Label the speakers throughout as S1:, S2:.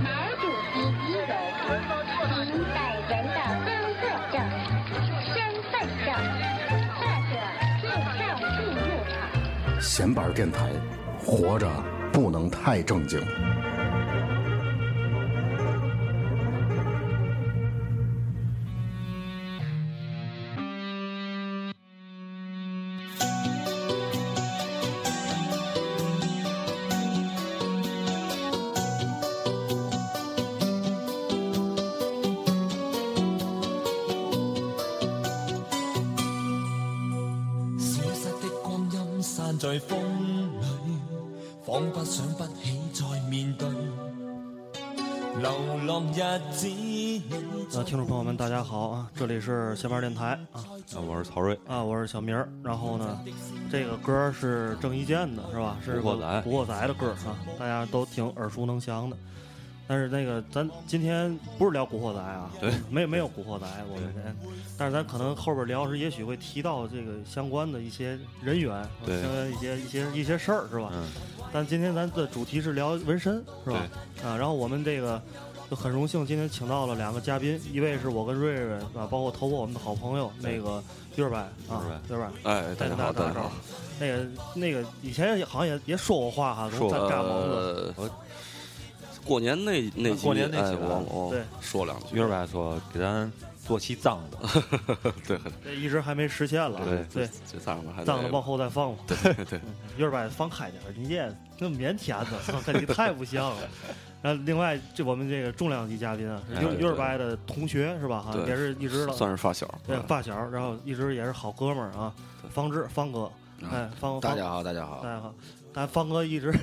S1: 毛主席遗容，您本人的工作证、身份证，或者介绍进入场。
S2: 闲板电台，活着不能太正经。
S3: 消失的光阴散在風裏，彷彿想不起再面對。流浪日子里，
S4: 呃，听众朋友们，大家好啊！这里是闲玩电台啊
S5: 啊，我是曹睿，
S4: 啊，我是小明儿。然后呢，这个歌儿是郑伊健的，是吧？是个
S5: 古惑仔
S4: 古惑仔的歌儿啊，大家都挺耳熟能详的。但是那个，咱今天不是聊古惑仔啊，
S5: 对，
S4: 没没有古惑仔，我们这，但是咱可能后边聊时，也许会提到这个相关的一些人员，啊
S5: 对
S4: 相关一些一些一些事儿，是吧？
S5: 嗯，
S4: 但今天咱的主题是聊纹身，是吧？啊，然后我们这个就很荣幸，今天请到了两个嘉宾，一位是我跟瑞瑞啊，包括头发我们的好朋友那个月儿白啊，月儿白，
S5: 哎，
S4: 再
S5: 大家
S4: 跟
S5: 好，
S4: 打
S5: 大
S4: 个
S5: 家
S4: 招
S5: 好
S4: 呼，。那个那个以前也好像也也说过话哈，
S5: 说
S4: 咱
S5: 我
S4: 干蒙子，
S5: 呃过年那那
S6: 过年那
S5: 那
S6: 期啊
S5: 我
S4: 对
S5: 我说两句，
S6: 月儿白说给咱做期脏的，
S5: 对
S4: 这一直还没实现了，
S5: 对
S4: 对，，
S5: 这脏的还得
S4: 脏的往后再放吧。
S5: 对对，
S4: 月儿白放开点儿，你也那么腼腆的，操跟你太不像了。然后另外这我们这个重量级嘉宾啊，是
S5: 哎
S4: 月
S5: 对
S4: 月儿白的同学是吧？哈，
S5: 对
S4: 也是一直的
S5: 算是发小，
S4: 对，啊发小，然后一直也是好哥们儿啊，方志方哥，
S5: 啊
S4: 哎，方
S7: 大
S4: 方
S7: 家好，大家好
S4: 大。家好，但方哥一直，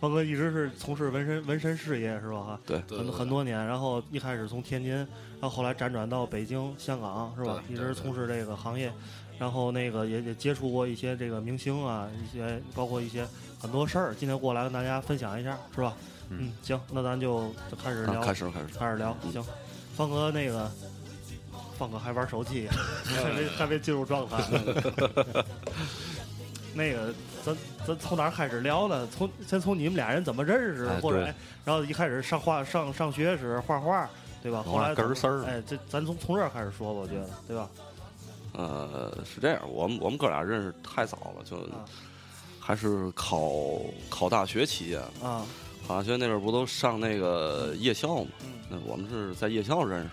S4: 方哥一直是从事纹身纹身事业是吧？哈，
S5: 对
S7: 对
S4: 很
S7: 对
S4: 很多年，然后一开始从天津，然后后来辗转到北京、香港是吧？一
S7: 对对
S4: 直从事这个行业，然后那个也也接触过一些这个明星啊，一些包括一些很多事儿，今天过来跟大家分享一下是吧？嗯，行，那咱就就开始聊
S5: 啊开始开始，
S4: 开始聊，
S5: 嗯
S4: 行，方哥那个，方哥还玩手机，还没还没进入状态。 那个，咱咱从哪儿开始聊呢？从先从你们俩人怎么认识，
S5: 哎
S4: 或者
S5: 对
S4: 哎然后一开始上画上上学时画画，对吧？后来
S6: 啊根儿丝儿
S4: 哎，这咱从从这儿开始说吧，我觉得，对吧？
S5: 呃，是这样，我们我们哥俩认识太早了，就
S4: 啊
S5: 还是考考大学期间，
S4: 啊，
S5: 考大学那边儿不都上那个夜校嘛？
S4: 嗯
S5: 那我们是在夜校认识，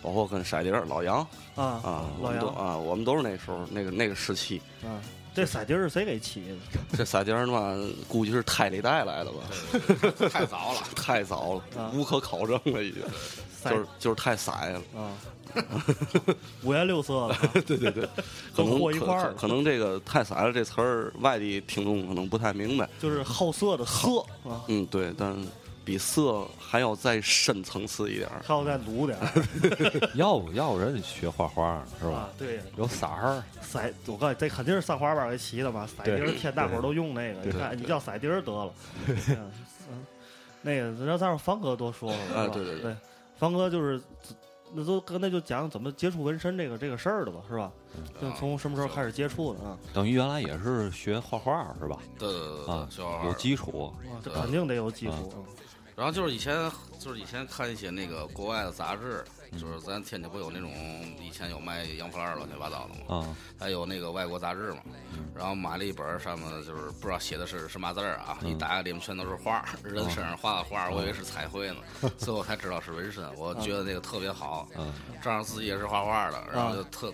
S5: 包括跟色碟儿老杨
S4: 啊
S5: 啊，我
S4: 老
S5: 们都
S4: 杨
S5: 啊，我们都是那时候那个那个时期。
S4: 啊，这色碟儿是谁给起的？
S5: 这色碟儿嘛，估计是胎里带来的吧，
S7: 太早了，
S5: 太早了
S4: 啊，
S5: 无可考证了，已经，
S4: 色
S5: 就是就是太色了，
S4: 啊，五颜六色的啊，
S5: 对对对，可
S4: 都
S5: 能
S4: 和一块儿
S5: 可可可能这个太色了这词儿，外地听众可能不太明白，
S4: 就是好色的色啊，
S5: 嗯，对，但比色还要再深层次一 点儿，
S4: 还要再卤点儿。
S6: 要不要不人学画画是吧？
S4: 啊，对呀，
S6: 有色儿，
S4: 色，我告诉你，这肯定是三花瓣给起的吧？色钉儿，
S6: 对
S4: 天大伙儿都用那个，你看你叫色钉儿得 了。嗯，嗯那个让再让方哥多说说吧。
S5: 啊
S4: 是吧
S5: 对对对
S4: 对，方哥就是那都刚才就讲怎么接触纹身这个这个事儿的吧，是吧？
S5: 嗯
S4: 就从什么时候开始接触的啊？
S6: 等于原来也是学画画是吧？
S7: 对对对
S6: 啊
S7: 对，小孩
S6: 有
S7: 儿。
S6: 基础，
S4: 哇这肯定得有技
S5: 啊
S4: 术。嗯
S7: 然后就是以前，就是以前看一些那个国外的杂志，就是咱天津不有那种以前有卖洋破烂儿乱七八糟的嘛，
S6: 啊，
S7: 还有那个外国杂志嘛。然后买了一本儿，上面就是不知道写的是什么字儿啊，一打开里面全都是花儿，人身上画的花儿，我以为是彩绘呢，最后才知道是纹身。我觉得那个特别好，
S6: 嗯
S7: 正好自己也是画画的，然
S4: 啊
S7: 后就特、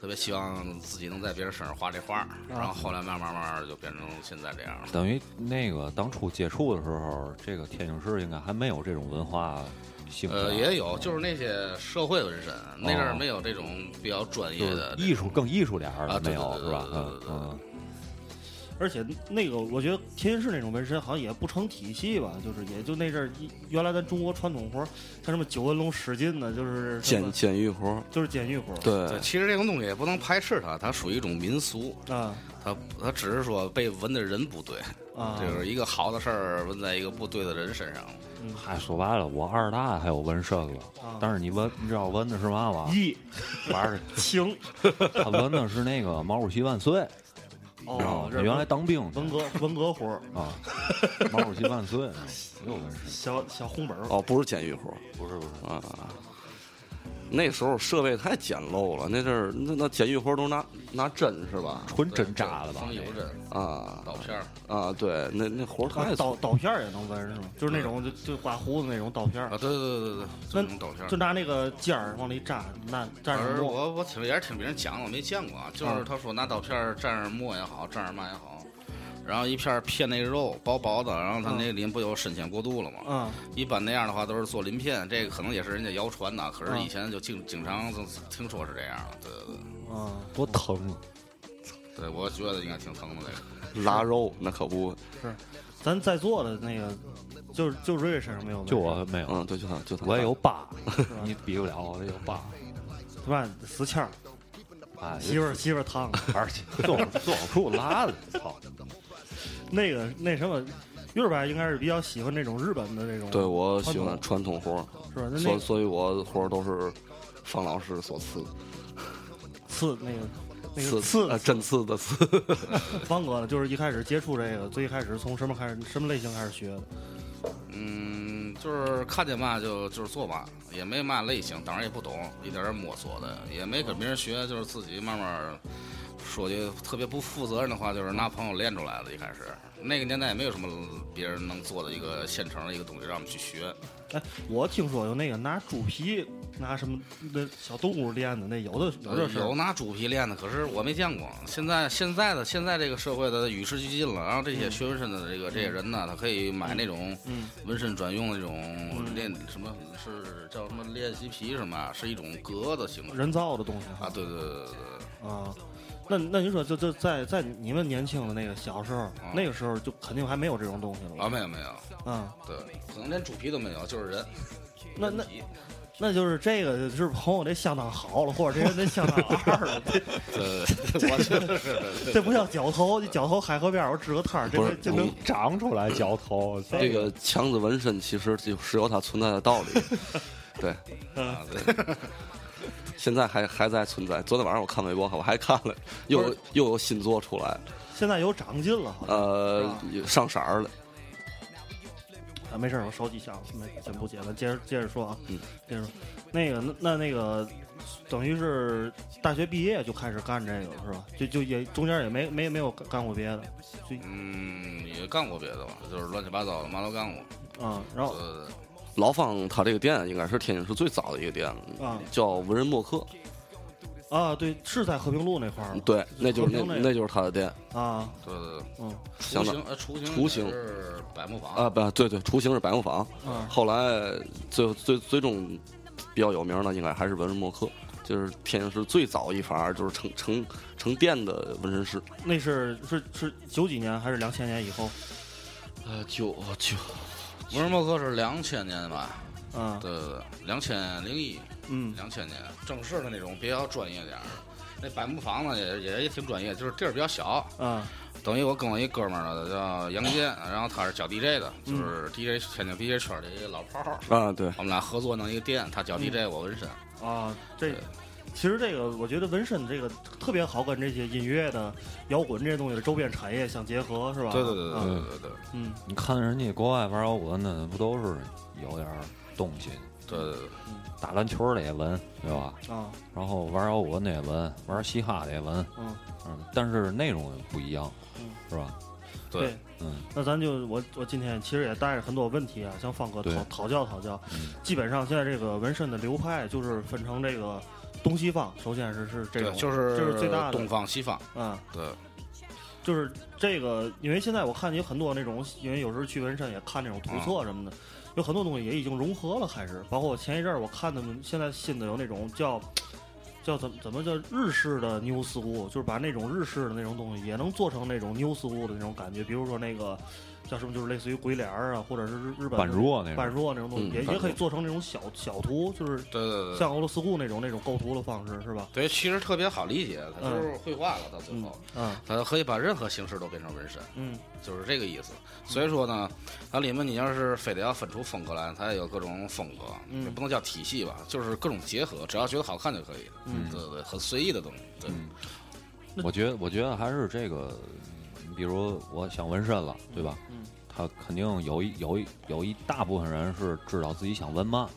S7: 特别希望自己能在别人身上画这画儿，然后后来慢慢慢慢就变成现在这样了。
S6: 等于那个当初接触的时候，这个天津市应该还没有这种文化性质啊，哦
S7: 呃，也有，就是那些社会纹身，啊那阵儿没有这种比较专业
S6: 就
S7: 的
S6: 是艺术更艺术点儿
S7: 啊
S6: 的
S7: 对
S6: 没有
S7: 对对
S6: 是吧？
S7: 对对
S6: 嗯
S7: 对
S6: 嗯，
S4: 而且那个我觉得天津市那种纹身好像也不成体系吧，就是也就那阵儿一原来咱中国传统活儿，像什么九纹龙史进呢，就是什
S5: 简
S4: 么
S5: 简易活儿，
S4: 就是简易活儿，
S5: 对，
S7: 其实这种东西也不能排斥它，它属于一种民俗，
S4: 啊
S7: 它它只是说被纹的人不对，
S4: 啊，
S7: 就是一个好的事儿纹在一个不对的人身上。
S6: 嗨，哎说白了，我二大还有纹身了，
S7: 啊
S6: 但是你纹，你知道纹的是嘛吗？
S4: 义
S6: 玩儿，
S4: 情
S6: 他纹的是那个毛主席万岁，你知道
S4: 哦
S6: 吗，？
S4: 这
S6: 啊原来当兵去
S4: 文革文革活儿，
S6: 啊，毛主席万岁，啊 又纹身，
S4: 小小红本儿，
S5: 哦，不是简易活儿
S6: 不是不是，
S5: 啊。那时候设备太简陋了，那阵儿那那简易活儿都拿拿针是吧？
S6: 纯针扎的吧
S7: 风？油针、
S5: 啊
S7: 刀片儿，
S5: 啊，对，那那活儿太
S4: 啊刀刀片儿也能纹是吗？就是那种就就刮胡子那种刀片儿
S7: 啊，，对对对对对，就那种刀片儿
S4: 就。拿那个尖儿往里扎，那扎
S7: 反
S4: 成
S7: 正
S4: 墨
S7: 我我挺也是听别人讲的，我没见过啊。就是他说拿刀片儿蘸上墨也好，蘸上嘛也好，然后一片儿片那肉薄薄的，然后他那鳞不有深浅过渡了吗？
S4: 啊
S7: 一般那样的话都是做鳞片，这个可能也是人家谣传的，可是
S4: 嗯
S7: 以前就经经常就听说是这样的。对对
S4: 啊，
S6: 多疼啊！
S7: 对，对我觉得应该挺疼的这个。
S5: 拉肉，那可不，
S4: 咱在座的那个就是就是瑞身上没有纹身，
S6: 就我没有，
S5: 嗯，对，就他就他，
S6: 我也有疤
S4: 吧，
S6: 你比不了，我也有疤。
S4: 对吧？死欠儿，
S6: 哎，
S4: 媳妇儿媳妇儿烫的。
S6: 而且做做手术拉的，操！
S4: 那个那什么，月儿吧应该是比较喜欢这种日本的这种，
S5: 对我喜
S4: 传
S5: 欢
S4: 统
S5: 传统活儿，
S4: 是吧？那
S5: 所
S4: 那
S5: 所以我活儿都是方老师所赐，
S4: 刺那个那个
S5: 刺
S4: 刺
S5: 啊，针刺 的刺，
S4: 方哥呢，就是一开始接触这个，最一开始从什么开始，什么类型开始学的？
S7: 嗯，就是看见嘛就就是做嘛，也没嘛类型，当然也不懂，一点儿摸索的，也没跟别人学，就是自己慢慢儿说句特别不负责任的话，就是拿朋友练出来的。一开始那个年代也没有什么别人能做的一个现成的一个东西让我们去学，
S4: 哎，我听说有那个拿猪皮拿什么那小动物练的，那有的有这事儿
S7: 有拿猪皮练的，可是我没见过。现在现在的现在这个社会的与时俱进了，然后这些学纹身的这个这些人呢，他可以买那种
S4: 嗯
S7: 纹身专用的那种练什么是叫什么练习皮什么啊，是一种格子形式。
S4: 人造的东西
S7: 啊，对对对对对，
S4: 啊。那那你说，就就在在你们年轻的那个小时候，那个时候就肯定还没有这种东西了
S7: 对啊啊，没有没有，
S4: 吧？啊，
S7: 对，可能连猪皮都没有，就是人。
S4: 那那那就是这个就是朋友得相当好了，或者这人得相当 二了，这
S7: 呃，我觉得是 的，
S4: 这不像绞头，你绞头海河边儿我支个摊儿，这
S5: 不是
S4: 这能
S6: 长出来脚头，
S5: 这个强子纹身其实就是有它存在的道 理，对，
S4: 嗯
S7: 啊对
S5: 现在还还在存在。昨天晚上我看微博，我还看了，又
S4: 不
S5: 有又有新作出来，
S4: 现在有长进了，
S7: 啊
S4: 好像是
S5: 呃
S4: 吧，
S5: 有上色儿了，
S4: 啊，没事儿，我手机响，了，没先不接了，接着接着说啊，
S5: 嗯
S4: 接着说，那个那那那个，等于是大学毕业就开始干这个了是吧？就就也中间也没没没有干过别的
S7: 嗯，也干过别的吧，就是乱七八糟的嘛都干过。
S4: 啊，然后
S7: 呃，
S5: 老方他这个店应该是天津市最早的一个店了，
S4: 啊
S5: 叫文人墨客，
S4: 啊，对，是在和平路那块儿吗
S5: 对，那就是那
S4: 和平那个
S5: 那就是他的店
S4: 啊，
S7: 对对对，
S4: 嗯
S7: 雏
S5: 想
S7: 形
S5: 到
S7: 呃雏形
S5: 雏形
S7: 也 是百木坊
S5: 啊，不对对，雏形是百木坊，
S4: 嗯
S5: 后来最最最终比较有名的应该还是文人墨客，就是天津市最早一伐就是成成成店的纹身师，
S4: 那是是是九几年还是两千年以后
S5: 呃，九九
S7: 文人墨客是两千年吧？
S4: 啊？
S7: 对对对，两千零一
S4: 嗯
S7: 两千年正式的那种比较专业点儿。那百木坊呢也也也挺专业，就是地儿比较小，
S4: 啊
S7: 等于我跟我一哥们儿呢叫杨坚，然后他是搞 DJ 的，就是 DJ 天津 DJ 圈儿的一个老炮儿。
S5: 啊，对，
S7: 我们俩合作弄一个店，他叫 DJ，我纹身。
S4: 啊，这其实这个我觉得纹身这个特别好跟这些音乐的摇滚这些东西的周边产业相结合是吧？
S7: 对对对对
S4: 啊
S7: 对对对
S4: 嗯。
S6: 你看人家国外玩摇滚的，不都是有点儿东西？
S7: 对对对，
S6: 打篮球的也纹，对吧？
S4: 啊，
S6: 然后玩摇滚的也纹，玩嘻哈的也纹，
S4: 嗯
S6: 嗯，但是内容也不一样
S4: 嗯，
S6: 是吧？
S7: 对
S4: 对，
S6: 嗯，
S4: 那咱就我我今天其实也带着很多问题啊，向方哥
S6: 对
S4: 讨讨教讨教。
S6: 嗯
S4: 基本上现在这个纹身的流派就是分成这个东西方，首先是是这
S7: 对
S4: 种，
S7: 就是
S4: 这是最大的
S7: 东方西方，
S4: 啊，
S7: 对
S4: 就是这个，因为现在我看有很多那种，因为有时候去纹身也看那种图册什么的，有很多东西也已经融合了，开始。包括我前一阵儿我看他们现在新的有那种叫叫怎么怎么叫日式的 new school，就是把那种日式的那种东西也能做成那种 new school 的那种感觉，比如说那个叫什么，就是类似于鬼脸儿啊，或者是日日本
S6: 板
S4: 若
S6: 若那种
S4: 板若那种东西，
S5: 嗯
S4: 也
S5: 板
S4: 也
S5: 若
S4: 可以做成那种小小图，就是
S7: 对对对对
S4: 像俄罗斯故那种那种构图的方式，是吧？
S7: 对，其实特别好理解，它就是绘画了，到最
S4: 嗯
S7: 后，
S4: 嗯
S7: 它可以把任何形式都变成纹身，
S4: 嗯
S7: 就是这个意思。所以说呢，它里面你要是非得要分出风格来，它也有各种风格，
S4: 嗯
S7: 也不能叫体系吧，就是各种结合，只要觉得好看就可以。
S4: 嗯
S7: 对对对，很随意的东西。对，
S6: 我觉得，我觉得还是这个，嗯比如我想纹身了，对吧？
S4: 嗯
S6: 他肯定有一有一有一大部分人是知道自己想纹嘛，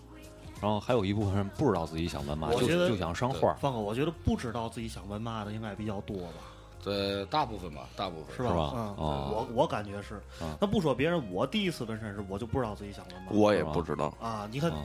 S6: 然后还有一部分人不知道自己想纹嘛，
S4: 我
S6: 就
S4: 觉得
S6: 就想上画儿，
S4: 范哥，我觉得不知道自己想纹嘛的应该比较多吧，
S7: 对，呃大部分吧，大部分
S4: 是吧？
S6: 是吧
S4: 嗯，
S6: 哦
S4: 我我感觉是
S6: 嗯。
S4: 那不说别人，我第一次纹身时，我就不知道自己想纹嘛。
S5: 我也不知道，
S4: 啊，你看
S6: 嗯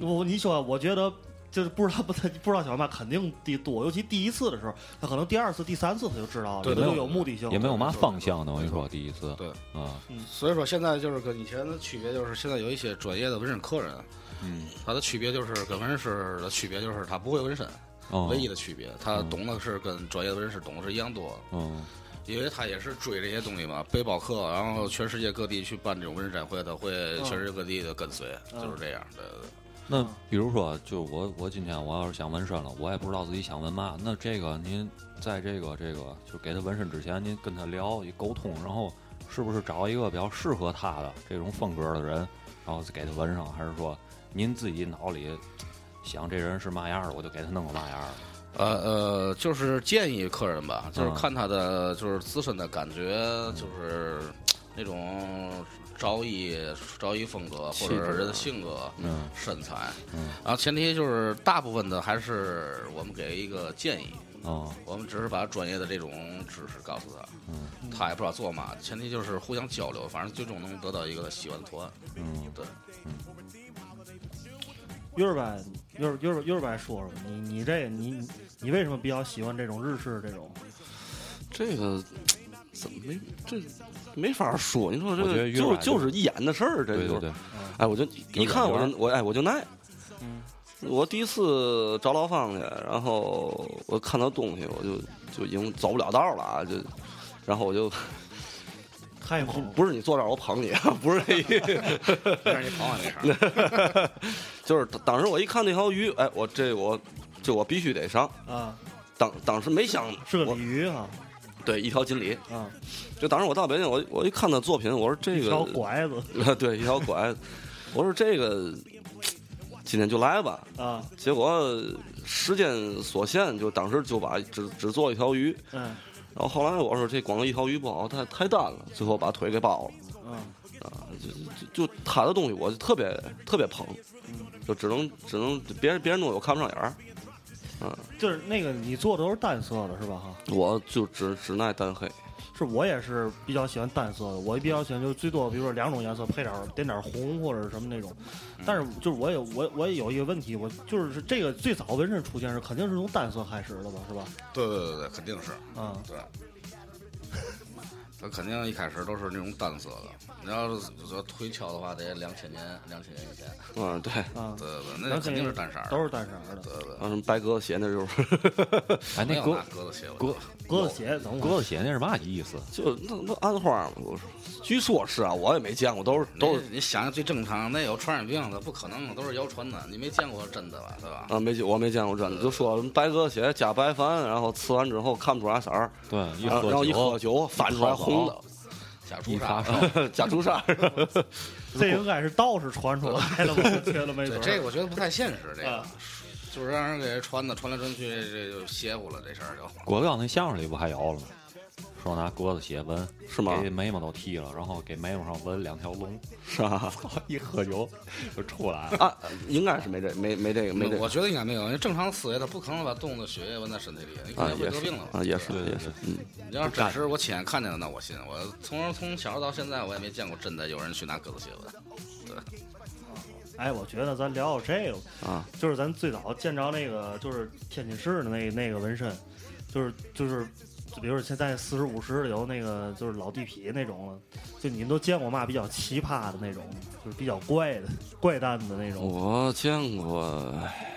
S4: 我你说，我觉得就是不知道不太不知道小白妈肯定得多，尤其第一次的时候，他可能第二次、第三次他就知道了，
S7: 对
S4: 他
S7: 对
S4: 就
S7: 对
S4: 有目的性，
S6: 也没有嘛方向的。
S7: 对
S6: 我
S7: 对
S6: 跟你说，第一次，
S7: 对
S6: 啊，
S7: 所以说现在就是跟以前的区别，就是现在有一些专业的纹身客人，
S6: 嗯，
S7: 他的区别就是跟纹身师的区别就是他不会纹身，
S6: 哦
S7: 唯一的区别，他懂的是跟专业的纹身师懂的是一样多的。
S6: 嗯，
S7: 因为他也是追这些东西嘛，背包客，然后全世界各地去办这种纹身展会，他会全世界各地的跟随，
S4: 嗯
S7: 就是这样。对对对，
S6: 那比如说，就我我今天我要是想纹身了，我也不知道自己想纹嘛。那这个您在这个这个就给他纹身之前，您跟他聊一沟通，然后是不是找一个比较适合他的这种风格的人，然后给他纹上，还是说您自己脑里想这人是嘛样的，我就给他弄个嘛样的？
S7: 呃呃，就是建议客人吧，就是
S6: 嗯
S7: 看他的就是自身的感觉，就是那种着衣着衣风格或
S5: 气质
S7: 者人的性格。
S6: 啊嗯
S7: 身材，
S6: 嗯
S7: 然后前提就是大部分的还是我们给一个建议，
S6: 哦
S7: 我们只是把专业的这种知识告诉他，
S6: 嗯
S7: 他也不知道做嘛，前提就是互相交流，反正最终能得到一个喜欢的图案。
S6: 嗯，
S7: 对，
S4: 月儿白，月儿月儿月儿白说说你你这你你为什么比较喜欢这种日式这种？
S5: 这个怎么没这没法说？你说这
S6: 我觉
S5: 个
S6: 得越
S5: 就是
S6: 来
S5: 就
S6: 越
S5: 是一眼的事儿，这
S6: 对
S5: 就是。
S6: 对对，
S5: 哎，我就一看我
S6: 有眼
S5: 就我哎我就耐。
S4: 嗯
S5: 我第一次找老方去，然后我看到东西，我就就已经走不了道了啊，就，然后我就
S4: 太猛了，
S5: 不是你坐这儿我捧你啊，不是这意思，
S7: 但是你捧我那事儿，
S5: 就是当当时我一看那条鱼，哎，我这我这我必须得上，
S4: 啊，
S5: 当当时没想
S4: 是个
S5: 我
S4: 鲤鱼啊
S5: 对一条锦鲤，
S4: 啊，
S5: 就当时我到北京，我我一看他作品，我说这
S4: 一
S5: 个
S4: 条拐子
S5: 对一条拐，我说这个今天就来吧，
S4: 啊，
S5: 结果时间所限，就当时就把只只做一条鱼，
S4: 嗯
S5: 然后后来我说这光一条鱼不好，太太淡了，最后把腿给包了
S4: 嗯
S5: 啊！就就就他的东西我就特别特别捧，就只能只能别人别人东西我看不上眼儿，
S4: 就是那个你做的都是单色的是吧？哈，
S5: 我就只只耐单黑。
S4: 是我也是比较喜欢单色的，我比较喜欢就是最多，比如说两种颜色配点儿点点儿红或者什么那种。
S7: 嗯
S4: 但是就是我也我我也有一个问题，我就是这个最早纹身出现是肯定是从单色开始的吧，是吧？
S7: 对对对对，肯定是，
S4: 啊、
S7: 对。他肯定一开始都是那种单色的，你要是说推敲的话，得两千年，两千年以前，
S5: 嗯，对，
S4: 啊，
S7: 对对对，那肯定是单色儿的，
S4: 都是单色儿
S7: 对
S4: 的。
S7: 对
S5: 然后什么嗯白鸽鞋那就是
S6: 哎，
S7: 没
S6: 那
S7: 有
S6: 鸽
S7: 那鸽子鞋，我
S6: 鸽
S4: 鸽子鞋等
S6: 鸽
S4: 我
S6: 子鞋那是嘛意思？
S5: 就那那暗花嘛，不是？据说是啊，我也没见过，都是都
S7: 都
S5: 是
S7: 是你想想最正常，那有传染病的不可能，都是谣传的，你没见过真的吧，对吧？
S5: 啊，没见我没见过真的，就说白鸽鞋加白矾，然后吃完之后看不出啥色儿，
S6: 对，一
S5: 然后
S6: 喝
S5: 然后一
S6: 酒
S5: 喝酒翻出来红的。
S7: 假
S6: 一
S7: 出
S6: 发
S7: 啥？
S6: 烧，
S5: 假出啥？
S4: 这应该是道士传出来的吧？我觉得没准
S7: 对，
S4: 儿。
S7: 这个我觉得不太现实，这个
S4: 啊
S7: 就是让人给传的，传来传去，这这就邪乎了，这事儿就。
S6: 郭德纲那相声里不还有了吗？说拿鸽子血纹，
S5: 是吗
S6: 给眉毛都剃了，然后给眉毛上纹两条龙，
S5: 是吧？
S6: 一喝酒就出来了。
S5: 啊，应该是没这没没这个没这
S7: 我
S5: 个
S7: 觉得应该没有，因为正常思维他不可能把动物的血液纹在身体里，你肯
S5: 啊，
S7: 定会
S5: 也
S7: 得
S5: 是
S7: 病的嘛。
S5: 啊，也是
S6: 对对
S5: 也是，嗯，
S7: 你要是只是我亲眼看见的，那我信。我从从小到现在，我也没见过真的有人去拿鸽子血纹。
S4: 哎，我觉得咱聊聊这个吧
S5: 啊，
S4: 就是咱最早见着那个就是天津市的那那个纹身，就是就是，就比如说现在四十五十有那个就是老地痞那种了，就你们都见过嘛比较奇葩的那种，就是比较
S5: 哦
S4: 怪的怪诞的那种。
S5: 我见过，哎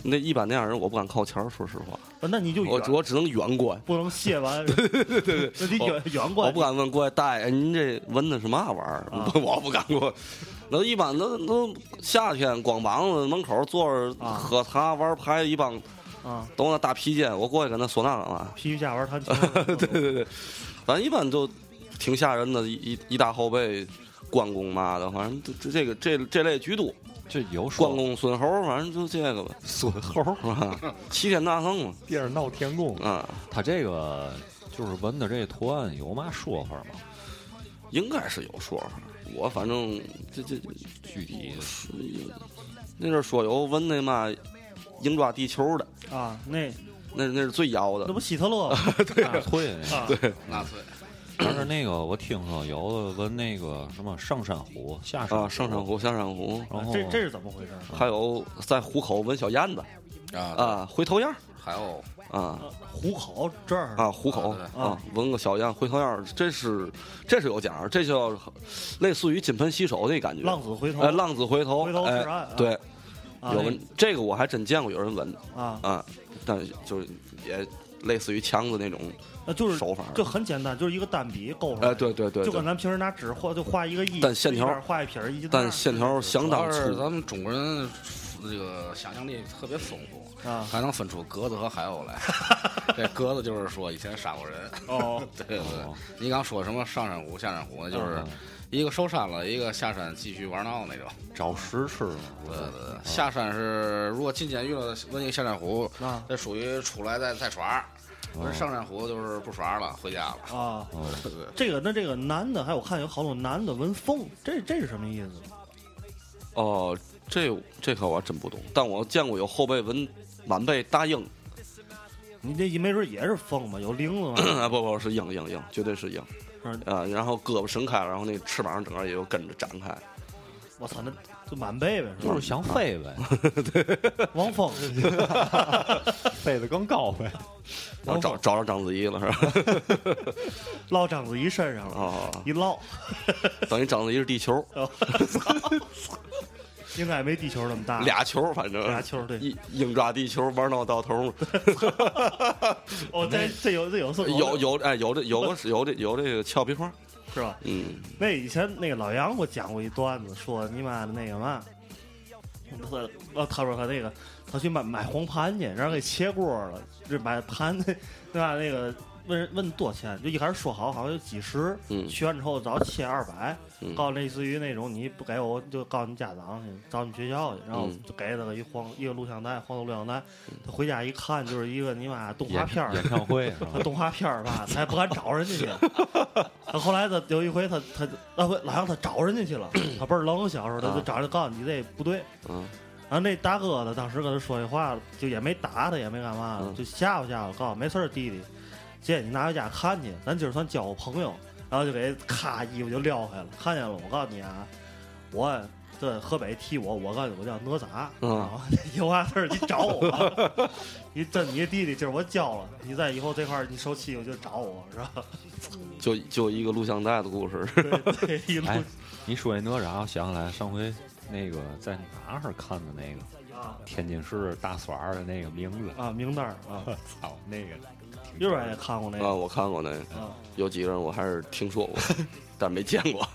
S5: 那一般那样人我不敢靠前儿，说实话，
S4: 啊那你就
S5: 我
S4: 远
S5: 我只能远观，
S4: 不能卸 完，对对对，那你远远过来
S5: 我不敢问过来大爷，您这闻的是嘛玩意儿？
S4: 啊
S5: 我不敢过。那一般都都夏天光膀子门口坐着
S4: 啊
S5: 喝茶玩牌，一帮
S4: 啊，
S5: 都那大披肩，我过去跟他说那干嘛？
S4: 皮皮虾玩弹琴，
S5: 对对对，反正一般就挺吓人的，一一一大后背。关公嘛的，反正这这这个这这类居多，
S6: 这有说
S5: 关 公、孙猴，反正就这个吧，
S8: 孙猴儿
S5: 啊， 齐天大圣嘛，
S8: 电视闹天宫，
S5: 啊，
S6: 他这个就是纹的这图案有嘛说法吗？
S5: 应该是有说法。我反正这这
S6: 具体
S5: 那阵儿说有问那嘛鹰抓地球的，
S4: 啊，那
S5: 那那是最妖
S4: 那
S5: 的。
S4: 不希特勒吗？
S6: 纳粹那个，
S4: 啊，
S7: 纳粹，
S6: 但是那个我听说有的纹那个什么上山虎、下山
S5: 啊，上山，虎、下山虎，
S6: 然后
S4: 这这是怎么回事？
S5: 还有在虎口纹小燕子
S7: 啊，
S5: 啊，回头燕儿
S7: 还有
S5: 啊
S4: 虎口这儿
S5: 啊，虎口
S7: 啊
S4: 对
S5: 啊，纹个小燕回头燕儿，这是这是有讲儿，这叫类似于金盆洗手那感觉。
S4: 浪子回头
S5: 哎，浪子回头，
S4: 回头是
S5: 哎
S4: 岸啊
S5: 对，
S4: 啊
S5: 有纹这个我还真见过有人纹
S4: 啊，
S5: 啊，但就是也类似于强子那种
S4: 那就是
S5: 手法儿。
S4: 就很简单，就是一个单笔勾出来，
S5: 哎，对对对，
S4: 就
S5: 对
S4: 跟咱平时拿纸画就画一个一，
S5: 但线条
S4: 一边画一撇儿，一
S5: 但
S4: 线
S5: 线条相
S7: 主
S5: 当
S7: 要
S5: 粗
S7: 是。咱们中国人这个想象力特别丰富，
S4: 啊
S7: 还能分出格子和海鸥来。这格子就是说以前杀过人，
S4: 哦
S7: 对对对。你刚说什么上山虎、下山虎，那就是一个受伤了，一个下山继续玩闹那种。
S6: 找食吃嘛，不
S7: 对
S6: 是啊
S7: 对对，下山是如果进监狱了，问一个下山虎，
S4: 啊
S7: 这属于出来再再耍。而上山虎就是不耍了，回家了。
S4: 啊，
S6: 哦
S4: 这个那这个男的，还有我看有好多男的纹风，这这是什么意思？
S5: 哦，这这可我真不懂，但我见过有后背纹满背大鹰，
S4: 你这一没准也是风吧，有铃子嘛，
S5: 啊不不是鹰鹰鹰，绝对是鹰
S4: 嗯。
S5: 啊，然后胳膊伸开了，然后那翅膀整个也就跟着展开。
S4: 我操，那就满背呗，是
S6: 就
S4: 吧
S6: 是？想飞 呗，
S4: 王 峰，
S8: 飞得更高呗。
S5: 然后找找着章子怡了是吧？
S4: 落章子怡身上了，
S5: 哦，
S4: 一落，
S5: 等于章子怡是地球，
S4: 应该没地球那么大，
S5: 俩球反正
S4: 俩球对
S5: 一鹰抓地球玩闹到头。
S4: 哦，这这有这有 这
S5: 有有哎有这有个有这有这个俏皮话，
S4: 是吧？
S5: 嗯
S4: 那以前那个老杨给我讲过一段子，说你妈的那个嘛，他哦，他说他那个他去买买黄盘去，然后给切锅了，这买盘对吧？那个问人问多少钱，就一开始说好好像有几十，
S5: 嗯
S4: 去完之后找切二百，
S5: 嗯
S4: 告类似于那种你不给我就告你家长去，找你学校去，然后
S5: 嗯
S4: 就给他个一黄一个录像带，黄色录像带，他回家一看就是一个你妈动画
S6: 演
S4: 片儿。
S6: 演唱会是
S4: 他
S6: 吧？
S4: 动画片儿吧，他还不敢找人家去。他后来他有一回他他啊不老让他找人家去了，他倍儿愣，小时候他就
S5: 啊
S4: 找人告诉你这不对。
S5: 嗯
S4: 然后那大哥他当时跟他说这话，就也没打他，也没干嘛的，
S5: 嗯
S4: 就吓唬吓唬，告诉没事儿弟弟，姐你拿回家看去，咱今儿算交个朋友。然后就给咔衣服就撩开了，看见了，我告诉你啊，我。这河北替我，我告诉你，我叫哪吒。
S5: 嗯
S4: 然后有啥事儿你找我， 你真你弟弟今儿我教了，你在以后这块儿你受欺负就找我，是吧？
S5: 就就一个录像带的故事。
S4: 对对，一路
S6: 哎，你说起哪吒，我想起来上回那个在哪儿看的那个
S4: 啊
S6: 天津市大耍儿的那个名字，
S4: 啊名单儿啊，
S6: 我操，那个挺
S4: 右边也看过那
S5: 啊，
S4: 个
S5: 我看过那个，
S4: 啊，
S5: 有几个人我还是听说过，但没见过。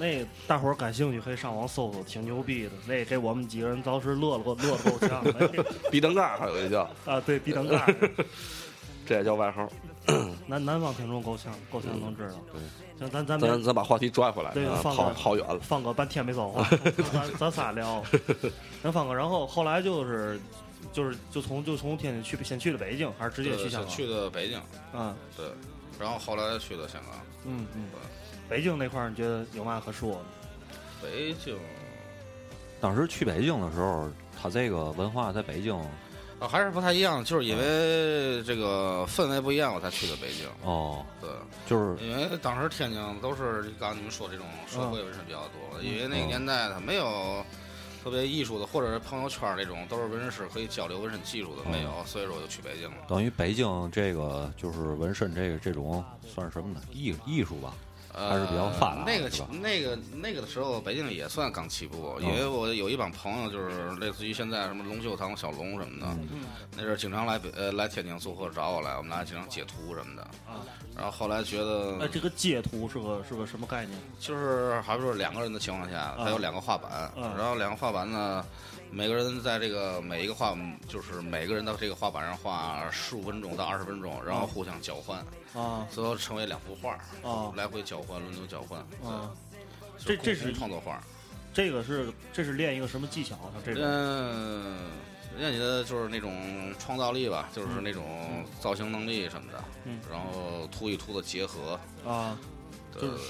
S4: 那大伙儿感兴趣可以上网搜搜，挺牛逼的。那给我们几个人当时乐了够乐了够呛的
S5: 壁灯盖儿还有一叫，
S4: 啊！对，必登盖儿，
S5: 这也叫外号。
S4: 南南方听众够呛够呛能知道。行，咱咱
S5: 咱
S4: 们
S5: 咱把话题拽回来
S4: 对，
S5: 啊
S4: 放
S5: 跑
S4: 开
S5: 跑远了。
S4: 放哥半天没说话，咱咱仨聊。咱放哥，然后后来就是就是就从就从天津去先去了北京，还是直接去
S7: 对
S4: 香港？
S7: 去的北京，
S4: 啊，
S7: 对，然后后来去的香港。
S4: 嗯嗯。北京那块儿你觉得有嘛可说的？
S7: 北京
S6: 当时去北京的时候，他这个文化在北京
S7: 啊，还是不太一样，就是因为这个氛围不一样，我才去的北京。
S6: 哦，
S7: 对，
S6: 就是
S7: 因为哎当时天津都是刚刚你们说这种社会纹身比较多，因为那个
S6: 嗯
S7: 年代它没有特别艺术的，或者是朋友圈这种都是纹身师可以交流纹身技术的没
S6: 嗯
S7: 有，所以说我就去北京了。
S6: 等于北京这个就是纹身这个这种算是什么呢？艺艺术吧，
S7: 呃，
S6: 还是比较发达的
S7: 那个
S6: 是吧
S7: 那个那个的时候，北京也算刚起步，
S6: 嗯
S7: 因为我有一帮朋友，就是类似于现在什么龙秀堂、小龙什么的，那阵儿经常来北呃来天津做客找我来，我们俩经常截图什么的。然后后来觉得，
S4: 哎，这个截图是个是个什么概念？
S7: 就是好比说两个人的情况下，他有两个画板，
S4: 嗯
S7: 然后两个画板呢，每个人在这个每一个画，就是每个人到这个画板上画十五分钟到二十分钟，然后互相交换，
S4: 啊
S7: 最后成为两幅画，
S4: 啊
S7: 来回交换，轮流交换。
S4: 啊，
S7: 对
S4: 这
S7: 就
S4: 这
S7: 是共同创作画。
S4: 这个是这是练一个什么技巧？像这种
S7: 嗯，人家觉得就是那种创造力吧，就是那种造型能力什么的，
S4: 嗯
S7: 然后突与突的结合，
S4: 啊，
S7: 对
S4: 就是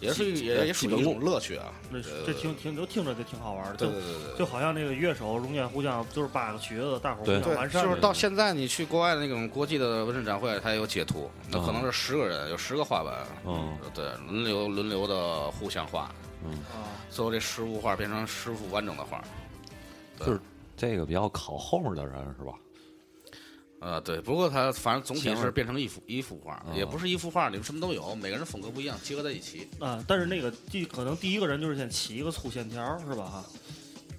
S7: 也是
S4: 基
S7: 也也
S4: 基
S7: 属
S4: 呃本
S7: 于一
S4: 功
S7: 种乐趣啊。
S4: 那
S7: 呃
S4: 这听听就听着就挺好玩的，
S7: 对
S4: 就
S7: 对对对对
S4: 就好像那个乐手中间互相就是把个曲子，大伙儿互相完善，
S7: 就是到现在你去国外的那种国际的纹身展会，它也有截图，那可能是十个人有十个画板，
S6: 嗯，
S7: 对，轮流轮流的互相画，
S6: 嗯，
S7: 最后这十幅画变成十幅完整的画。对
S6: 就是这个比较考后面的人是吧？
S7: 呃，对，不过它反正总体
S6: 前面
S7: 是变成一幅一幅画，
S6: 嗯
S7: 也不是一幅画，里面什么都有，每个人风格不一样，结合在一起。
S4: 啊，但是那个第可能第一个人就是先起一个粗线条儿是吧？哈，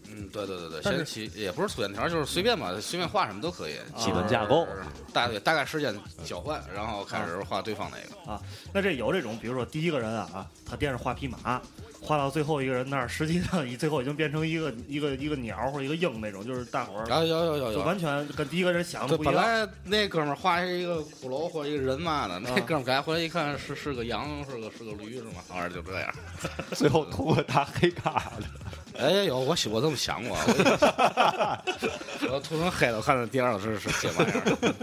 S7: 嗯，对对对对，先
S4: 但是啊
S7: 起也不是粗线条，就是随便吧，随便画什么都可以，
S6: 基本架构
S7: 啊就是大对大概时间交换，然后开始画对方那个。
S4: 啊，那这有这种，比如说第一个人啊，他惦着画匹马，画到最后一个人那儿，实际上已最后已经变成一个一个一个鸟或者一个鹰那种，就是大伙
S7: 然后
S4: 儿
S7: 有有有
S4: 就
S7: 有，
S4: 完全跟第一个人想的
S7: 对，
S4: 不一样。
S7: 本来那哥们儿画是一个骷髅或者一个人嘛的，那
S4: 啊
S7: 哥们儿改回来一看是是个羊，是个是个驴是吗？反正就这样。
S8: 最后通过打黑卡的，
S7: 哎，有我喜我这么想过， 我我涂成黑的，我看到第二个是是这玩意儿。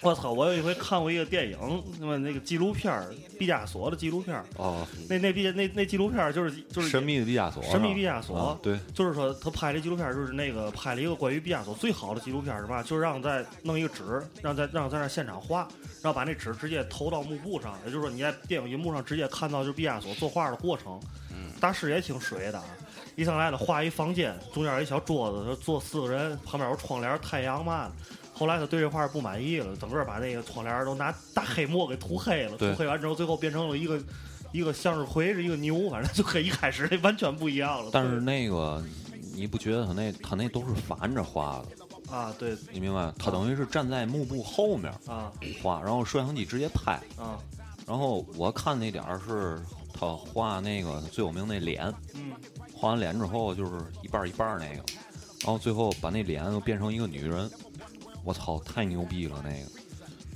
S4: 我操！我有一回看过一个电影，那么那个纪录片儿，毕加索的纪录片儿，
S6: 哦，
S7: 嗯
S4: 那那毕那那纪录片儿就是就是
S6: 神秘的毕加索，
S4: 神秘毕加索
S6: 啊对，
S4: 就是说他拍的纪录片儿就是那个拍了一个关于毕加索最好的纪录片儿是吧？就是让在弄一个纸，让在让在那儿现场画，然后把那纸直接投到幕布上，也就是说你在电影银幕上直接看到就是毕加索作画的过程。
S6: 嗯
S4: 大师也挺水的啊，一上来了画一房间，中间有一小桌子，他坐四个人，旁边有窗帘、太阳嘛的。后来他对这画不满意了，整个把那个窗帘都拿大黑墨给涂黑了，
S6: 对
S4: 涂黑完之后，最后变成了一个一个向日葵，是一个牛，反正就跟一开始那完全不一样了。
S6: 但是那个你不觉得他那他那都是反着画的，
S4: 啊，对
S6: 你明白？他等于是站在幕布后面
S4: 啊
S6: 画，然后摄像机直接拍。
S4: 啊，
S6: 然后我看那点儿是他画那个最有名那脸，
S4: 嗯
S6: 画完脸之后就是一半儿一半儿那个，然后最后把那脸又变成一个女人，我操，太牛逼了那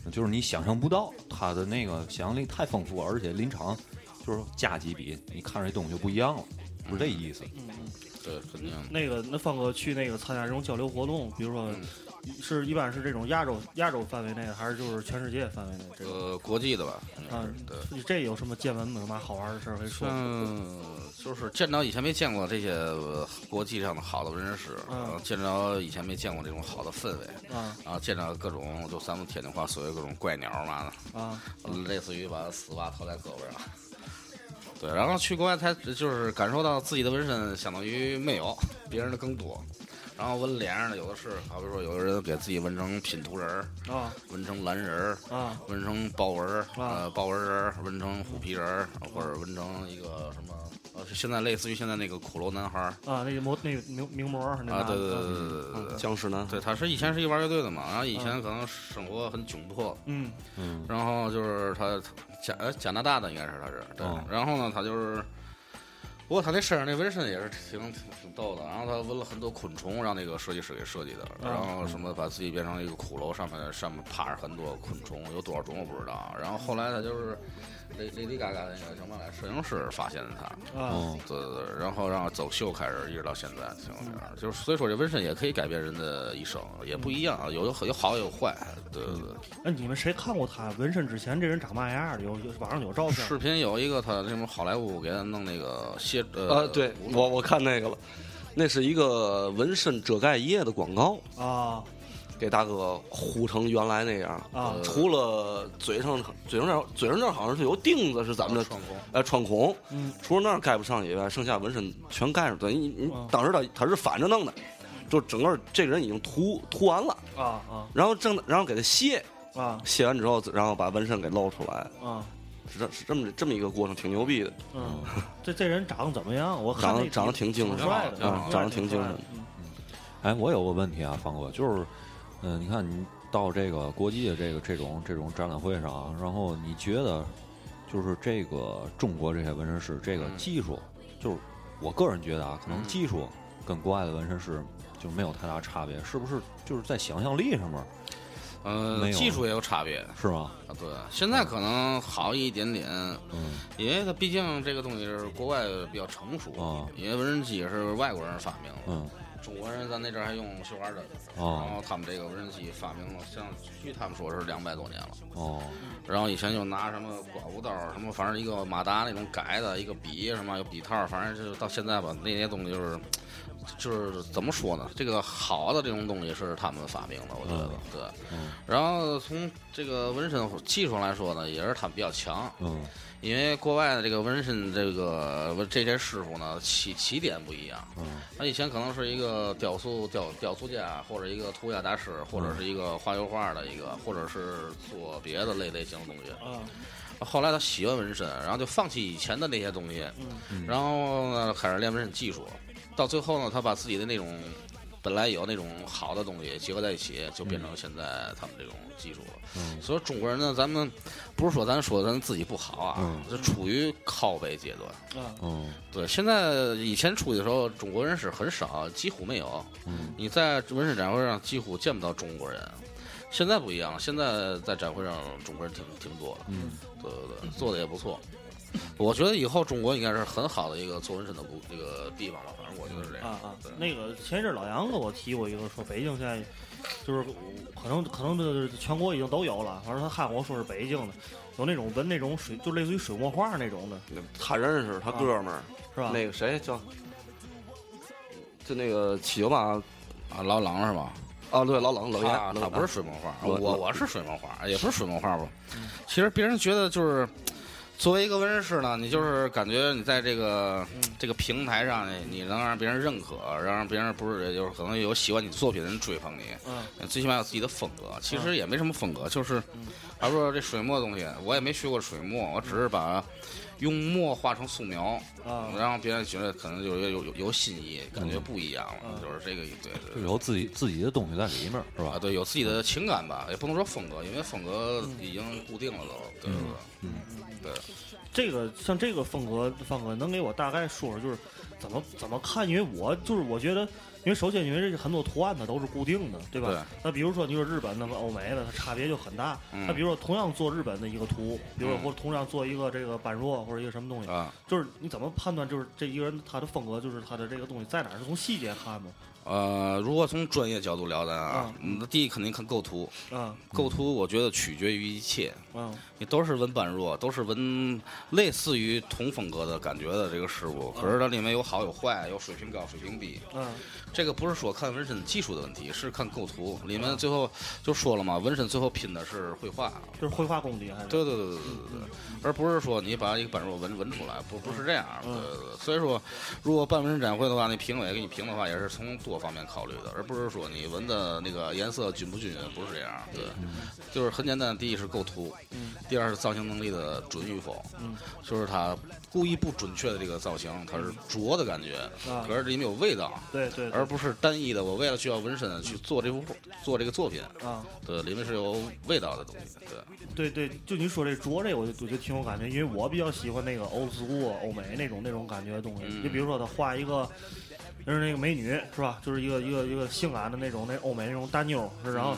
S6: 个，就是你想象不到他的那个想象力太丰富，而且临场就是加几笔，你看这东西就不一样了，不是这意思。
S4: 嗯，
S7: 对，肯定。
S4: 那个那方哥去那个参加这种交流活动，比如说
S7: 嗯
S4: 是一般是这种亚洲亚洲范围内的，还是就是全世界范围内这种？
S7: 呃，国际的吧，
S4: 啊
S7: 嗯，对。
S4: 你这有什么见闻吗？有嘛好玩的事儿可以说？
S7: 嗯，就是见着以前没见过这些呃国际上的好的纹身师，
S4: 嗯
S7: 然后见着以前没见过这种好的氛围，
S4: 啊
S7: 然后见着各种就咱们天津话所谓各种怪鸟嘛的，
S4: 啊
S7: 类似于把丝袜套在胳膊上。对，然后去国外才就是感受到自己的纹身相当于没有，别人的更多。然后纹脸上的有的是，好比说有的人给自己纹成拼图人儿，
S4: 啊
S7: 纹成蓝人儿，
S4: 啊
S7: 纹成豹纹儿，
S4: 啊
S7: 呃，豹纹人儿，纹成虎皮人儿，呃或者纹成一个什么，呃，现在类似于现在那个骷髅男孩儿
S4: 啊！那个模那个名名模儿那
S7: 啊，
S4: 男
S7: 对
S4: 的嗯
S7: 对对对对对对。
S5: 僵尸男孩
S7: 对，他是以前是一玩乐队的嘛，然后以前可能生活很窘迫，
S4: 嗯
S6: 嗯，
S7: 然后就是他加呃加拿大的应该是他是对
S6: 哦，
S7: 然后呢他就是，不过他那身上那纹身也是挺挺挺逗的，然后他纹了很多昆虫，让那个设计师给设计的，然后
S5: 哦
S7: 什么把自己变成一个骷髅，上面上面趴着很多昆虫，有多少种我不知道，啊然后后来他就是。雷雷迪嘎嘎那个什么来，摄影师发现的他，
S5: 嗯
S4: 啊
S6: 哦，
S7: 对对对，然后让走秀开始，一直到现在，挺有名儿。
S5: 嗯
S7: 就是所以说这纹身也可以改变人的一生，也不一样，啊有有好也有坏，对对对。
S4: 那你们谁看过他纹身之前这人长嘛样儿？有有网上有照片儿
S7: 视频有一个他那什么好莱坞给他弄那个蝎呃
S5: 呃，对
S7: 无
S5: 我我看那个了，那是一个纹身遮盖液的广告，
S4: 啊
S5: 给大哥糊成原来那样
S4: 啊
S7: 呃
S5: 除了嘴上嘴上那儿嘴上那儿好像是有钉子，是咱们的
S7: 啊创空
S5: 哎穿孔，
S4: 嗯
S5: 除了那儿盖不上以外，剩下纹身全盖上。等于你你
S4: 嗯
S5: 当时他他是反着弄的，就整个这个人已经涂涂完了，
S4: 啊啊
S5: 然后正然后给他卸
S4: 啊
S5: 卸完之后，然后把纹身给露出来。
S4: 啊！
S5: 是这是这么这么一个过程，挺牛逼的。
S4: 嗯，这这人长得怎么样？我看
S5: 长得
S4: 那
S5: 长得挺精神
S4: 帅的，嗯
S5: 啊，长得挺精神的。
S6: 哎，我有个问题啊，方哥，就是，嗯、你看你到这个国际的这个这种这种展览会上啊，然后你觉得，就是这个中国这些纹身师这个
S7: 嗯
S6: 技术，就是我个人觉得啊，可能技术跟国外的纹身师就没有太大差别，是不是？就是在想象力上面，
S7: 嗯，
S6: 没有啊
S7: 技术也有差别。
S6: 是吗？嗯
S7: 啊，对，现在可能好一点点，因为它毕竟这个东西是国外比较成熟，
S6: 啊
S7: 因为纹身器是外国人发明的，
S6: 嗯，
S7: 中国人在那阵儿还用绣花针，
S6: 哦
S7: 然后他们这个纹身器发明了，像据他们说是两百多年了，
S6: 哦，
S7: 然后以前就拿什么刮胡刀儿，什么反正一个马达那种改的，一个笔什么有笔套儿，反正就是到现在吧，那些东西就是。就是怎么说呢？这个好的这种东西是他们发明的，我觉得、
S6: 嗯
S7: 对。
S6: 嗯
S7: 然后从这个纹身技术来说呢，也是他们比较强，
S6: 嗯
S7: 因为国外的这个纹身这个纹这些师傅呢起起点不一样。
S6: 嗯
S7: 他以前可能是一个雕塑雕雕塑家，或者一个涂鸦大师，或者是一个画油画的一个，或者是做别的类类型的东西。后来他喜欢纹身，然后就放弃以前的那些东西，然后呢开始练纹身技术，到最后呢，他把自己的那种本来有那种好的东西结合在一起，就变成现在他们这种技术了。
S6: 嗯
S7: 所以中国人呢，咱们不是说咱说咱自己不好啊
S6: 嗯，
S7: 就处于靠背阶段。
S6: 嗯
S7: 对，现在以前出去的时候，中国人是很少，几乎没有。
S6: 嗯
S7: 你在纹身展会上几乎见不到中国人。现在不一样，现在在展会上中国人挺挺多的，
S6: 嗯，
S7: 对对对，做的也不错。我觉得以后中国应该是很好的一个做纹身的国这个地方吧，反正我觉得是这样。
S4: 啊啊！那个前一阵老杨跟我提过一个，说北京现在就是可能可能就是全国已经都有了，反正他看我说是北京的，有那种纹那种水，就类似于水墨画那种的，
S5: 他认识他哥们儿、
S4: 是吧
S5: 那个谁叫？就那个七九八
S7: 啊，老狼是吧？
S5: 啊，对，老冷冷
S7: 他
S5: 岩，冷
S7: 他
S5: 岩
S7: 不是水墨画，
S5: 冷
S7: 我
S5: 冷
S7: 我是水墨画，也不是水墨画吧。其实别人觉得就是，作为一个纹身师呢，你就是感觉你在这个这个平台上，你你能让别人认可，让别人不是，也就是可能有喜欢你作品的人追捧你，
S4: 嗯
S7: 最起码有自己的风格。其实也没什么风格，就是，他说这水墨东西，我也没学过水墨，我只是把用墨画成素描，
S4: 啊
S7: 然后别人觉得可能就是有有有有新意，感觉不一样了，就是这个对对
S6: 嗯就。有自己自己的东西在里面，是吧？
S7: 啊，对，有自己的情感吧，也不能说风格，因为风格
S6: 嗯
S7: 已经固定了都，对对对，对，
S4: 这个像这个风格，范哥能给我大概说说，就是怎么怎么看？因为我就是我觉得，因为首先因为这很多图案它都是固定的，对吧？
S7: 对
S4: 那比如说你说日本的跟哦欧美的，它差别就很大。
S7: 嗯
S4: 那比如说同样做日本的一个图，比如说
S7: 嗯
S4: 或者同样做一个这个板若或者一个什么东西，
S7: 啊，
S4: 就是你怎么判断就是这一个人他的风格，就是他的这个东西在哪儿？是从细节看吗？
S7: 呃，如果从专业角度聊咱啊
S4: 啊，
S7: 嗯第一肯定看构图，
S4: 啊
S7: 构图我觉得取决于一切，
S4: 啊
S7: 你都是文般若，都是文类似于同风格的感觉的这个事物，可是它里面有好有坏，有水平高水平低，
S4: 啊
S7: 这个不是说看纹身技术的问题，是看构图，里面最后就说了嘛，纹身最后拼的是绘画，
S4: 就是绘画功底还是？嗯
S7: 对对对对对对对，而不是说你把一个板若纹纹出来，不不是这样
S4: 嗯
S7: 儿。对对对，所以说，如果办纹身展会的话，那评委给你评的话，也是从多方面考虑的，而不是说你纹的那个颜色均不均匀，不是这样儿。对，
S4: 嗯
S7: 嗯就是很简单，第一是构图，第二是造型能力的准与否，
S4: 嗯
S7: 就是他故意不准确的这个造型，它是拙的感觉，
S4: 啊
S7: 可是里面有味道。
S4: 对对对
S7: 而不是单一的，我为了需要纹身去做这部做这个作品，
S4: 啊。
S7: 对，里面是有味道的东西，对。
S4: 对对，就你说这拙这，我就我就挺有感觉，因为我比较喜欢那个欧苏、欧美那种那种感觉的东西。
S7: 嗯
S4: 就比如说他画一个，就是那个美女是吧？就是一个一个一个性感的那种那欧美那种大妞儿，是
S7: 嗯
S4: 然后。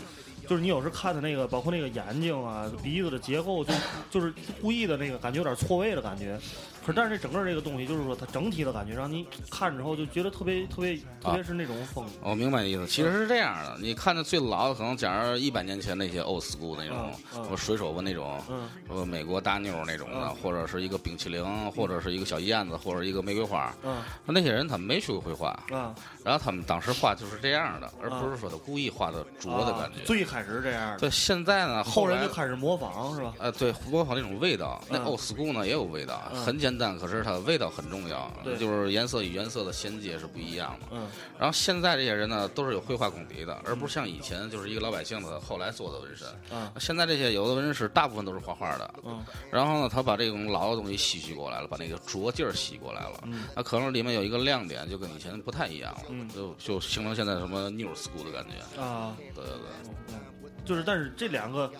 S4: 就是你有时看她那个，包括那个眼睛啊、鼻子的结构，就就是故意的那个感觉，有点错位的感觉。可是，但是这整个这个东西，就是说它整体的感觉，让你看之后就觉得特别特别，特
S7: 啊
S4: 别是那种风格。
S7: 我哦明白你意思，其实是这样的。你看着最老的，可能假如一百年前那些 old school 那种，
S4: 嗯嗯
S7: 什么水手纹那种，
S4: 嗯
S7: 呃，美国大妞那种的，
S4: 嗯
S7: 或者是一个冰淇淋，或者是一个小燕子，或者一个玫瑰花。
S4: 嗯
S7: 那些人他们没学过绘画，
S4: 啊，
S7: 然后他们当时画就是这样的，而不是说他故意画的拙的感觉。
S4: 啊最开开始这样的。
S5: 对，现在呢，
S4: 后
S5: 后
S4: 人
S5: 来
S4: 就开始模仿，是吧？
S5: 呃，对，模仿那种味道，那哦
S4: 嗯
S5: old school 呢也有味道，啊
S4: 嗯
S5: 很简单，可是它的味道很重要啊
S4: 对，
S5: 就是颜色与颜色的衔接是不一样的。
S4: 嗯，
S5: 然后现在这些人呢，都是有绘画功底的，而不是像以前就是一个老百姓的后来做的纹身。
S4: 嗯
S5: 现在这些有的纹身师大部分都是画画的，
S4: 嗯
S5: 然后呢，他把这种老的东西吸取过来了，把那个拙劲儿吸过来了。啊
S4: 嗯
S5: 那可能里面有一个亮点，就跟以前不太一样了，
S4: 嗯
S5: 就就形成现在什么 new school 的感觉。
S4: 啊，嗯
S5: 对对对，
S4: 就是但是这两个，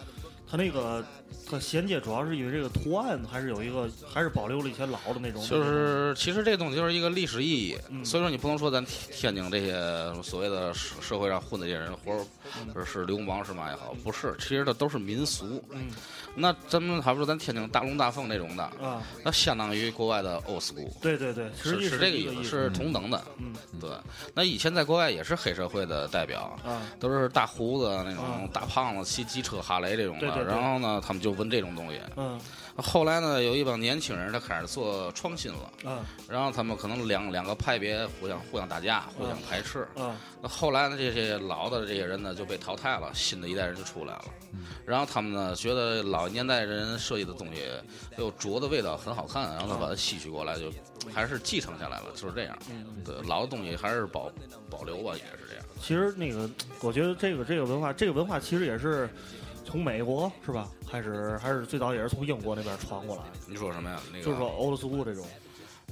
S4: 它那个它衔接主要是因为这个图案还是有一个，还是保留了一些老的那种。
S5: 就是其实这东西就是一个历史意义，
S4: 嗯
S5: 所以说你不能说咱天天津这些所谓的社社会上混的这些人，或者是流氓是嘛也好，不是，其实这都是民俗。
S4: 嗯
S5: 那咱们还不说咱天津大龙大凤那种的，
S4: 啊，
S5: 那相当于国外的 old school。
S4: 对对对，实
S5: 是
S4: 际
S5: 是
S4: 这
S5: 这个
S4: 意
S5: 思，
S4: 思。
S5: 是同等的。
S4: 嗯
S5: 对，那以前在国外也是黑社会的代表，
S4: 啊，
S5: 都是大胡子那种
S4: 嗯
S5: 大胖子骑机车哈雷这种
S4: 对对
S5: 的。
S4: 对
S5: 然后呢，他们就纹这种东西。
S4: 嗯
S5: 后来呢，有一帮年轻人他开始做创新了，
S4: 嗯
S5: 然后他们可能两两个派别互相互相打架，互相排斥。
S4: 嗯
S5: 那后来呢，这些老的这些人呢就被淘汰了，新的一代人就出来了。然后他们呢觉得老一年代人设计的东西有拙的味道，很好看，然后他把它吸取过来，就还是继承下来了，就是这样。
S4: 嗯，
S5: 对，老的东西还是保保留吧，也是这样。
S4: 其实那个，我觉得这个这个文化，这个文化其实也是从美国是吧？开始还是最早也是从英国那边传过来的，
S5: 你说什么呀？那个
S4: 就是说 old school 这种。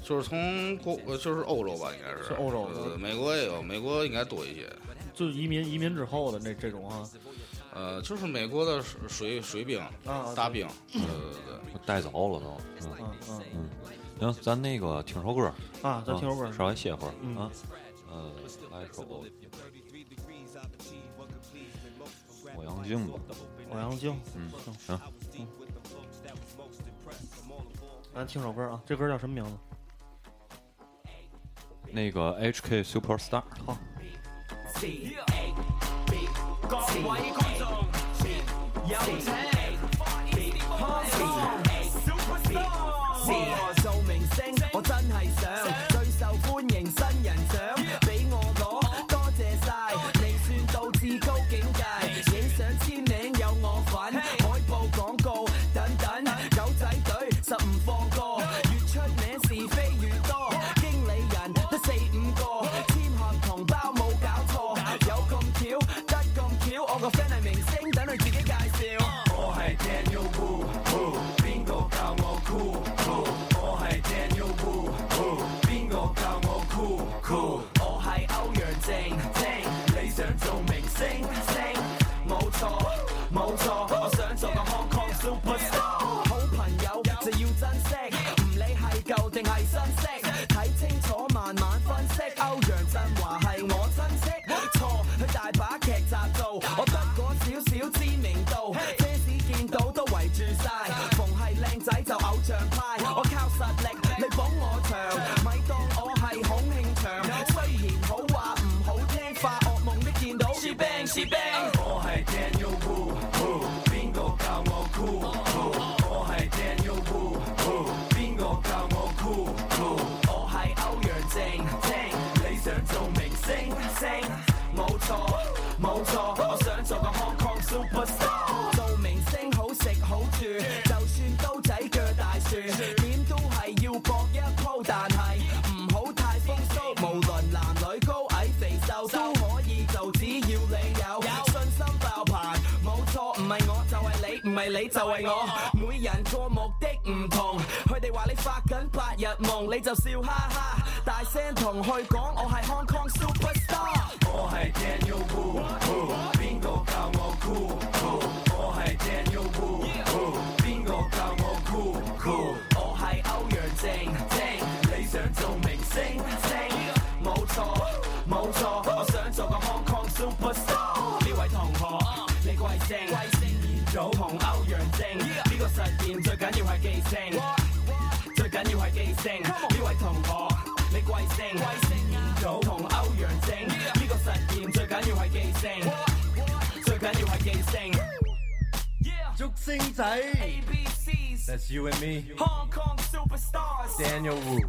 S5: 就是从国呃就是欧洲吧，应该是
S4: 是欧洲
S5: 对对对美国也有，美国应该多一些。
S4: 就是移民移民之后的那这种啊，
S5: 呃，就是美国的水水水兵
S4: 啊
S5: 大兵，对对对。
S6: 带走了都。嗯
S4: 嗯嗯
S6: 行，咱那个听首歌，
S4: 啊，咱听首歌
S6: 啊，稍微歇会儿
S4: 嗯
S6: 啊。呃，来首欧阳靖吧。
S4: 欧阳靖，
S6: 嗯，
S4: 行，
S6: 行，
S4: 咱听首歌啊，这歌叫什么名字？
S6: 那个 HK Superstar。
S4: 好，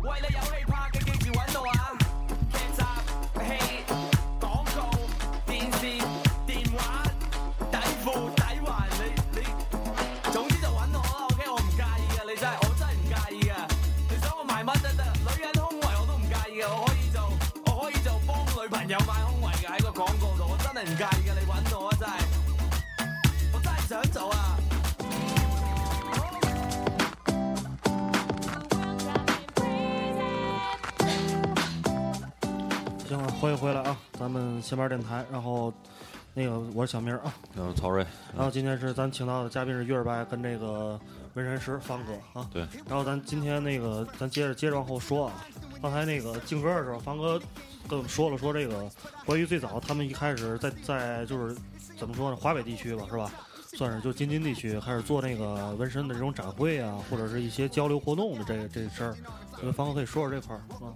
S7: Hãy subscribe cho kênh Ghiền Mì Gõ Để không bỏ lỡ
S4: 欢迎回来啊！咱们闲班电台，然后那个我是小明啊，
S6: 然后哦曹睿，
S4: 然后今天是咱请到的嘉宾是月儿白跟这个纹身师方哥啊，
S6: 对，
S4: 然后咱今天那个咱接着接着往后说啊，刚才那个静歌的时候，方哥跟我们说了说这个关于最早他们一开始在在就是怎么说呢，华北地区吧，是吧？算是就京津地区开始做那个纹身的这种展会啊，或者是一些交流活动的这这事儿，我觉得方哥可以说说这块儿啊。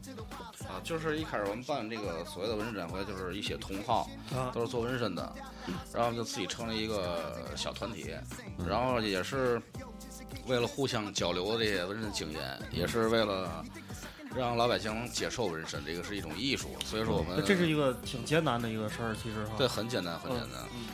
S5: 啊，就是一开始我们办这个所谓的纹身展会，就是一些同好
S4: 啊，
S5: 都是做纹身的，然后我们就自己成立一个小团体，然后也是为了互相交流这些纹身经验，也是为了让老百姓能接受纹身，这个是一种艺术，所以说我们
S4: 呃这是一个挺艰难的一个事儿，其实哈。
S5: 对，很简单，很简单。
S4: 嗯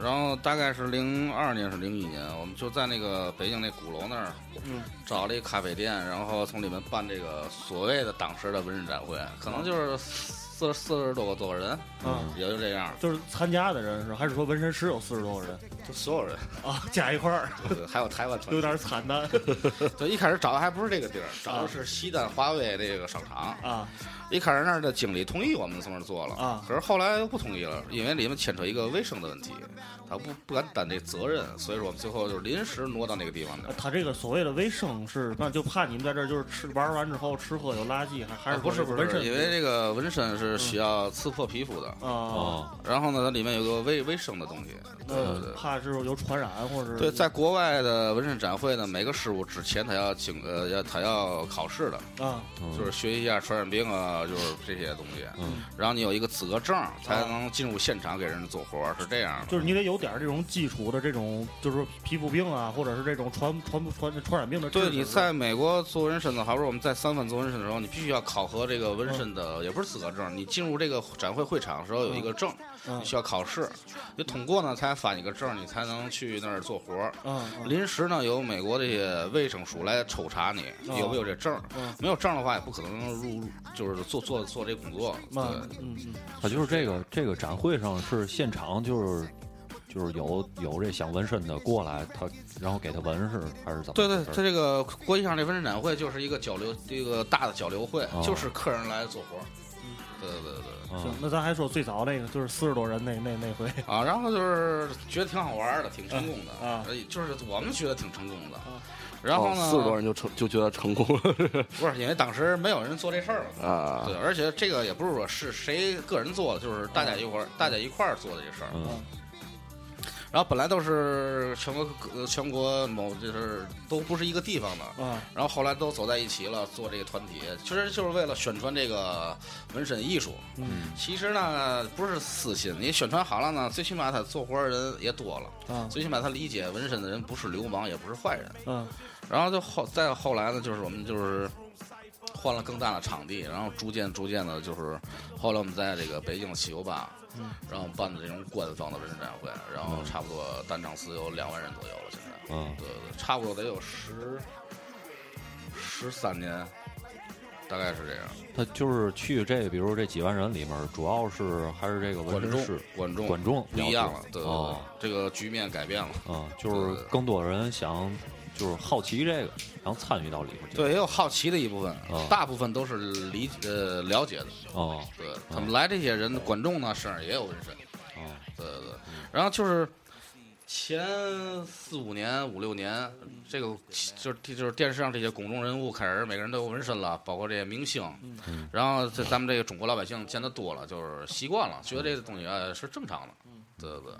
S5: 然后大概是零二年，是零一年，我们就在那个北京那鼓楼那儿
S4: 嗯
S5: 找了一咖啡店，然后从里面办这个所谓的当时的纹身展会，可能就是四四十多个多个人，
S4: 嗯，
S5: 也就这样，
S4: 就是参加的人是吧，还是说纹身师有四十多个人
S5: 就所有人，
S4: 啊，加一块儿，
S5: 对还有台湾团
S4: 有
S5: 体。
S4: 点惨淡
S5: 对，一开始找的还不是这个地儿，找的是西单华威这个商场。
S4: 啊
S5: 一开始那儿的经理同意我们从那儿做了，
S4: 啊
S5: 可是后来又不同意了，因为里面牵扯一个卫生的问题，他不不敢担这责任，所以说我们最后就是临时挪到那个地方去了。
S4: 啊他这个所谓的卫生是，那就怕你们在这儿就是吃玩完之后吃喝有垃圾，还还是
S5: 啊不是
S4: 说
S5: 不
S4: 纹
S5: 是，
S4: 身
S5: 因为这个纹身是需要刺破皮肤的，
S4: 啊，
S6: 哦，
S5: 然后呢，它里面有个微微生的东西。对
S4: 那怕是有传染或者是
S5: 对，在国外的纹身展会呢，每个师傅之前他要经呃要他要考试的，
S4: 啊
S5: 就是学一下传染病啊，就是这些东西。
S6: 嗯，
S5: 然后你有一个资格证才能进入现场给人做活，是这样的。
S4: 啊就是你得有点儿这种基础的这种，就是说皮肤病啊，或者是这种传传传传染病的知识。
S5: 对，你在美国做纹身的，好比说我们在三藩做纹身的时候，你必须要考核这个纹身的，也不是资格证，你进入这个展会会场的时候有一个证，
S4: 嗯
S5: 你需要考试，你通过呢才发你个证，你才能去那儿做活儿。
S4: 嗯嗯
S5: 临时呢，由美国这些卫生署来抽查你
S4: 哦
S5: 有没有这证儿
S4: 嗯，
S5: 没有证儿的话也不可能入，就是做做做这工作。
S4: 嗯
S5: 对，
S4: 嗯嗯
S6: 啊，就是这个这个展会上是现场就是。就是有有这想纹身的过来，他然后给他纹是还是怎么回事？
S5: 对对，它这个国际上这纹身展会就是一个交流，这个大的交流会
S6: 哦，
S5: 就是客人来做活儿。对对对对。
S6: 嗯
S4: 行，那咱还说最早那个就是四十多人那那那回，
S5: 啊，然后就是觉得挺好玩儿的，挺成功的
S4: 啊啊
S5: 呃就是我们觉得挺成功的。然后呢，
S9: 哦四十多人就成就觉得成功了
S5: 不是因为当时没有人做这事儿嘛，
S9: 啊
S5: 对，，而且这个也不是说是谁个人做的，就是大家一块儿、大家一块儿做的这事儿。
S6: 嗯
S5: 然后本来都是全国各全国某就是都不是一个地方的，
S4: 啊
S5: 然后后来都走在一起了，做这个团体，其实就是为了宣传这个纹身艺术。
S4: 嗯，
S5: 其实呢，不是私心，你宣传好了呢，最起码他做活儿的人也多了。
S4: 啊
S5: 最起码他理解纹身的人不是流氓，也不是坏人。
S4: 嗯
S5: 然后就后再后来呢，就是我们就是换了更大的场地，然后逐渐逐渐的，就是后来我们在这个北京西游吧，
S4: 嗯
S5: 然后办的这种官方的纹身展会，然后差不多单场次有两万人左右了，现在，
S6: 嗯
S5: 对对，对差不多得有十十三年，大概是这样。
S6: 他就是去这，比如这几万人里面，主要是还是这个
S5: 观
S6: 纹身
S5: 众
S6: 师，
S5: 观众
S6: 观众
S5: 不一样了，对对对
S6: 哦，，
S5: 这个局面改变了。
S6: 嗯，就是更多人想就是好奇这个，然后参与到里面去。
S5: 对，也有好奇的一部分，
S6: 哦
S5: 大部分都是理呃了解的。
S6: 哦
S5: 对他们来这些人，观众呢身上也有纹身。
S6: 哦，
S5: 对对对，然后就是前四五年、五六年，这个就是就是电视上这些公众人物开始每个人都有纹身了，包括这些明星。
S7: 嗯
S5: 然后这咱们这个中国老百姓见得多了，就是习惯了，觉得这个东西呃是正常的。对对对。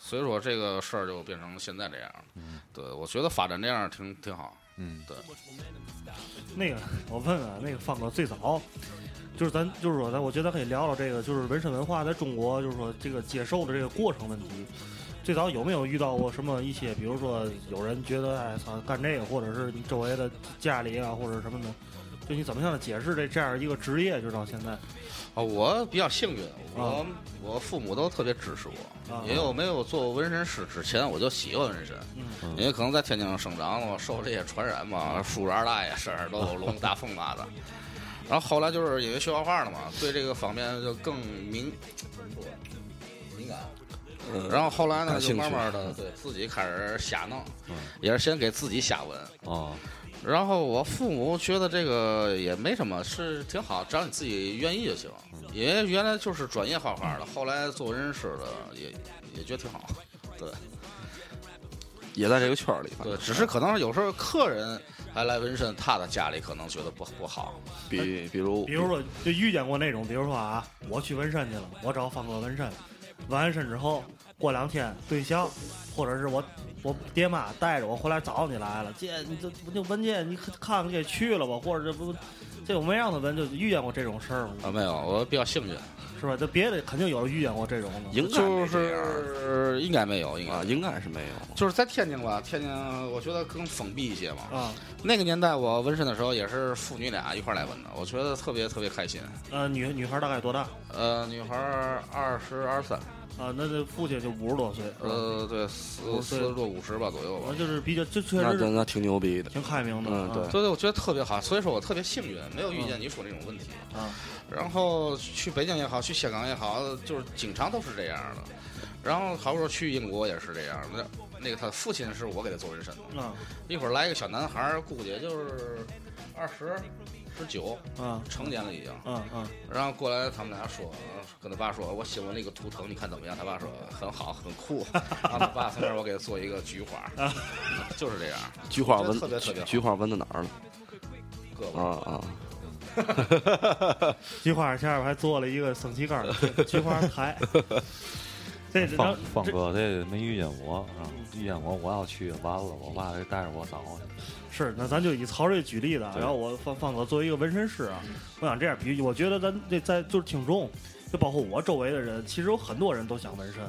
S5: 所以说这个事儿就变成现在这样了，
S7: 嗯
S5: 对我觉得发展这样挺挺好。
S6: 嗯，
S5: 对，
S4: 那个，我问啊，那个放哥最早，就是咱就是说，咱我觉得可以聊聊这个，就是纹身文化在中国，就是说这个接受的这个过程问题。最早有没有遇到过什么一些，比如说有人觉得哎操干这个，或者是你周围的家里啊，或者什么的，就你怎么向他解释这这样一个职业，就到现在
S5: 啊，我比较幸运，我、
S4: 啊
S5: 我父母都特别支持
S4: 啊
S5: 我，因为我没有做纹身师之前，我就喜欢纹身，
S4: 嗯
S5: 因为可能在天津生长了，受这些传染嘛，叔叔二大爷身上都有龙大凤嘛的。然后后来就是因为学画画了嘛，对这个方面就更敏敏感，
S7: 然后后来呢，
S5: 嗯
S7: 就
S5: 感兴
S7: 慢
S5: 趣嗯
S7: 慢的对自己开始瞎弄，也是先给自己瞎纹。
S6: 哦，
S7: 然后我父母觉得这个也没什么，是挺好，只要你自己愿意就行。
S5: 嗯
S7: 因为原来就是专业画画的，后来做纹身师的也也觉得挺好。对
S5: 也在这个圈儿里。
S7: 对，只是可能有时候客人还来纹身，他的家里可能觉得不不好。
S5: 比比如
S4: 比如说，就遇见过那种，比如说啊，我去纹身去了，我找方哥纹身，纹完身之后，过两天对象，或者是我我爹妈带着我回来找你来了，姐，你这不就纹去，你看看你给去了吧，或者这不，这我没让他纹，就遇见过这种事儿吗？
S7: 啊，没有，我比较幸运，
S4: 是吧？这别的肯定有人遇见过这种的，
S7: 就是应该没有，应该
S5: 啊，应该是没有。
S7: 就是在天津吧，天津我觉得更封闭一些嘛。
S4: 啊，
S7: 那个年代我纹身的时候也是父女俩一块儿来纹的，我觉得特别特别开心。
S4: 呃，女女孩大概多大？
S7: 呃，女孩二十二三，
S4: 啊，那这父亲就五十多岁，是吧，
S7: 呃，对，四
S4: 哦
S7: 四
S4: 对
S7: 十多五十吧左右吧
S4: 啊。就是比较，这确
S5: 那
S4: 实
S5: 那
S4: 是
S5: 那挺牛逼的，
S4: 挺开明的，
S5: 嗯
S4: 啊
S5: 对
S7: 对对，我觉得特别好，所以说我特别幸运，没有遇见你说那种问题。
S4: 啊，
S7: 然后去北京也好，去香港也好，就是经常都是这样的。然后好比说去英国也是这样的，那那个他父亲是我给他做纹身的，
S4: 啊
S7: 一会儿来一个小男孩儿，估计也就是二十、十九，
S4: 啊
S7: 成年了已经。
S4: 啊啊，
S7: 然后过来，他们俩说，呃跟他爸说，我新闻了一个图腾，你看怎么样？他爸说很好，很酷。然后他爸从那儿我给他做一个菊花，就是这样，
S5: 菊花
S7: 我
S5: 纹
S7: 觉得特别特别好
S5: 菊花纹在哪儿了？
S7: 胳膊。
S5: 啊啊！
S4: 菊花下边还做了一个升旗 杆儿，菊花台。这这
S6: 放
S4: 能
S6: 放
S4: 这
S6: 哥这没遇见我，啊遇见我我要去完了，我爸就带着我找去。
S4: 是那咱就以曹睿举例子啊，
S6: 对
S4: 然后我放放哥作为一个纹身师啊，我想这样比喻，我觉得咱这在就是听众，就包括我周围的人，其实有很多人都想纹身，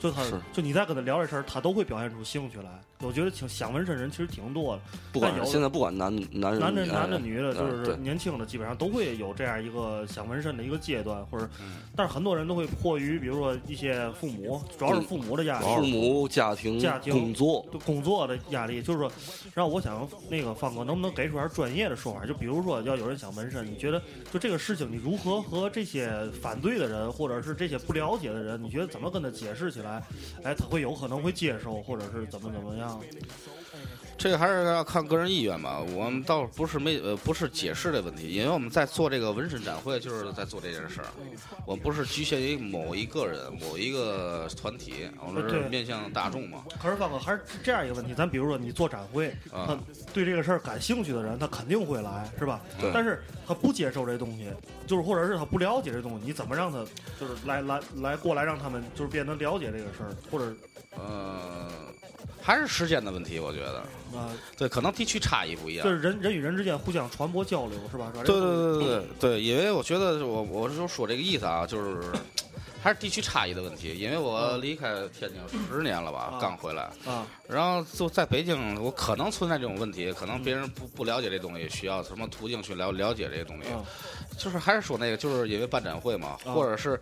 S4: 就他
S5: 是
S4: 就你再跟他聊这事儿，他都会表现出兴趣来。我觉得挺想纹身人其实挺多的，
S5: 不管
S4: 但有的
S5: 现在不管男男人
S4: 男的、
S5: 女
S4: 男的、女的，就
S5: 嗯
S4: 是
S5: 对
S4: 年轻的，基本上都会有这样一个想纹身的一个阶段，或者，但是很多人都会迫于，比如说一些父母，主要是父母的压力，
S5: 父母、家庭、
S4: 家庭
S5: 工作，
S4: 对工作的压力，就是说，然后我想那个范哥能不能给出点专业的说法？就比如说，要有人想纹身，你觉得就这个事情，你如何和这些反对的人，或者是这些不了解的人，你觉得怎么跟他解释起来？哎，他会有可能会接受，或者是怎么怎么样？
S7: 这个还是要看个人意愿吧。我们倒不是没呃不是解释的问题，因为我们在做这个纹身展会，就是在做这件事儿。我们不是局限于某一个人、某一个团体，我们是
S4: 对
S7: 面向大众嘛。
S4: 可是范哥还是这样一个问题，咱比如说你做展会，
S7: 啊
S4: 他对这个事儿感兴趣的人，他肯定会来，是吧？
S5: 对
S4: 但是他不接受这东西，就是或者是他不了解这东西，你怎么让他就是来来来过来，让他们就是变得了解这个事儿，或者
S7: 呃，还是时间的问题，我觉得。
S4: 啊、
S7: 对，可能地区差异不一样
S4: 就。是人人与人之间互相传播交流，是吧？对
S7: 对对对对对，因为我觉得我我是就说这个意思啊，就是还是地区差异的问题。因为我离开天津十年了吧
S4: 啊，
S7: 刚回来，
S4: 啊
S7: 然后就在北京，我可能存在这种问题，可能别
S4: 嗯
S7: 人不不了解这东西，需要什么途径去了了解这些东西。
S4: 啊
S7: 就是还是说那个，就是因为办展会嘛，
S4: 啊
S7: 或者是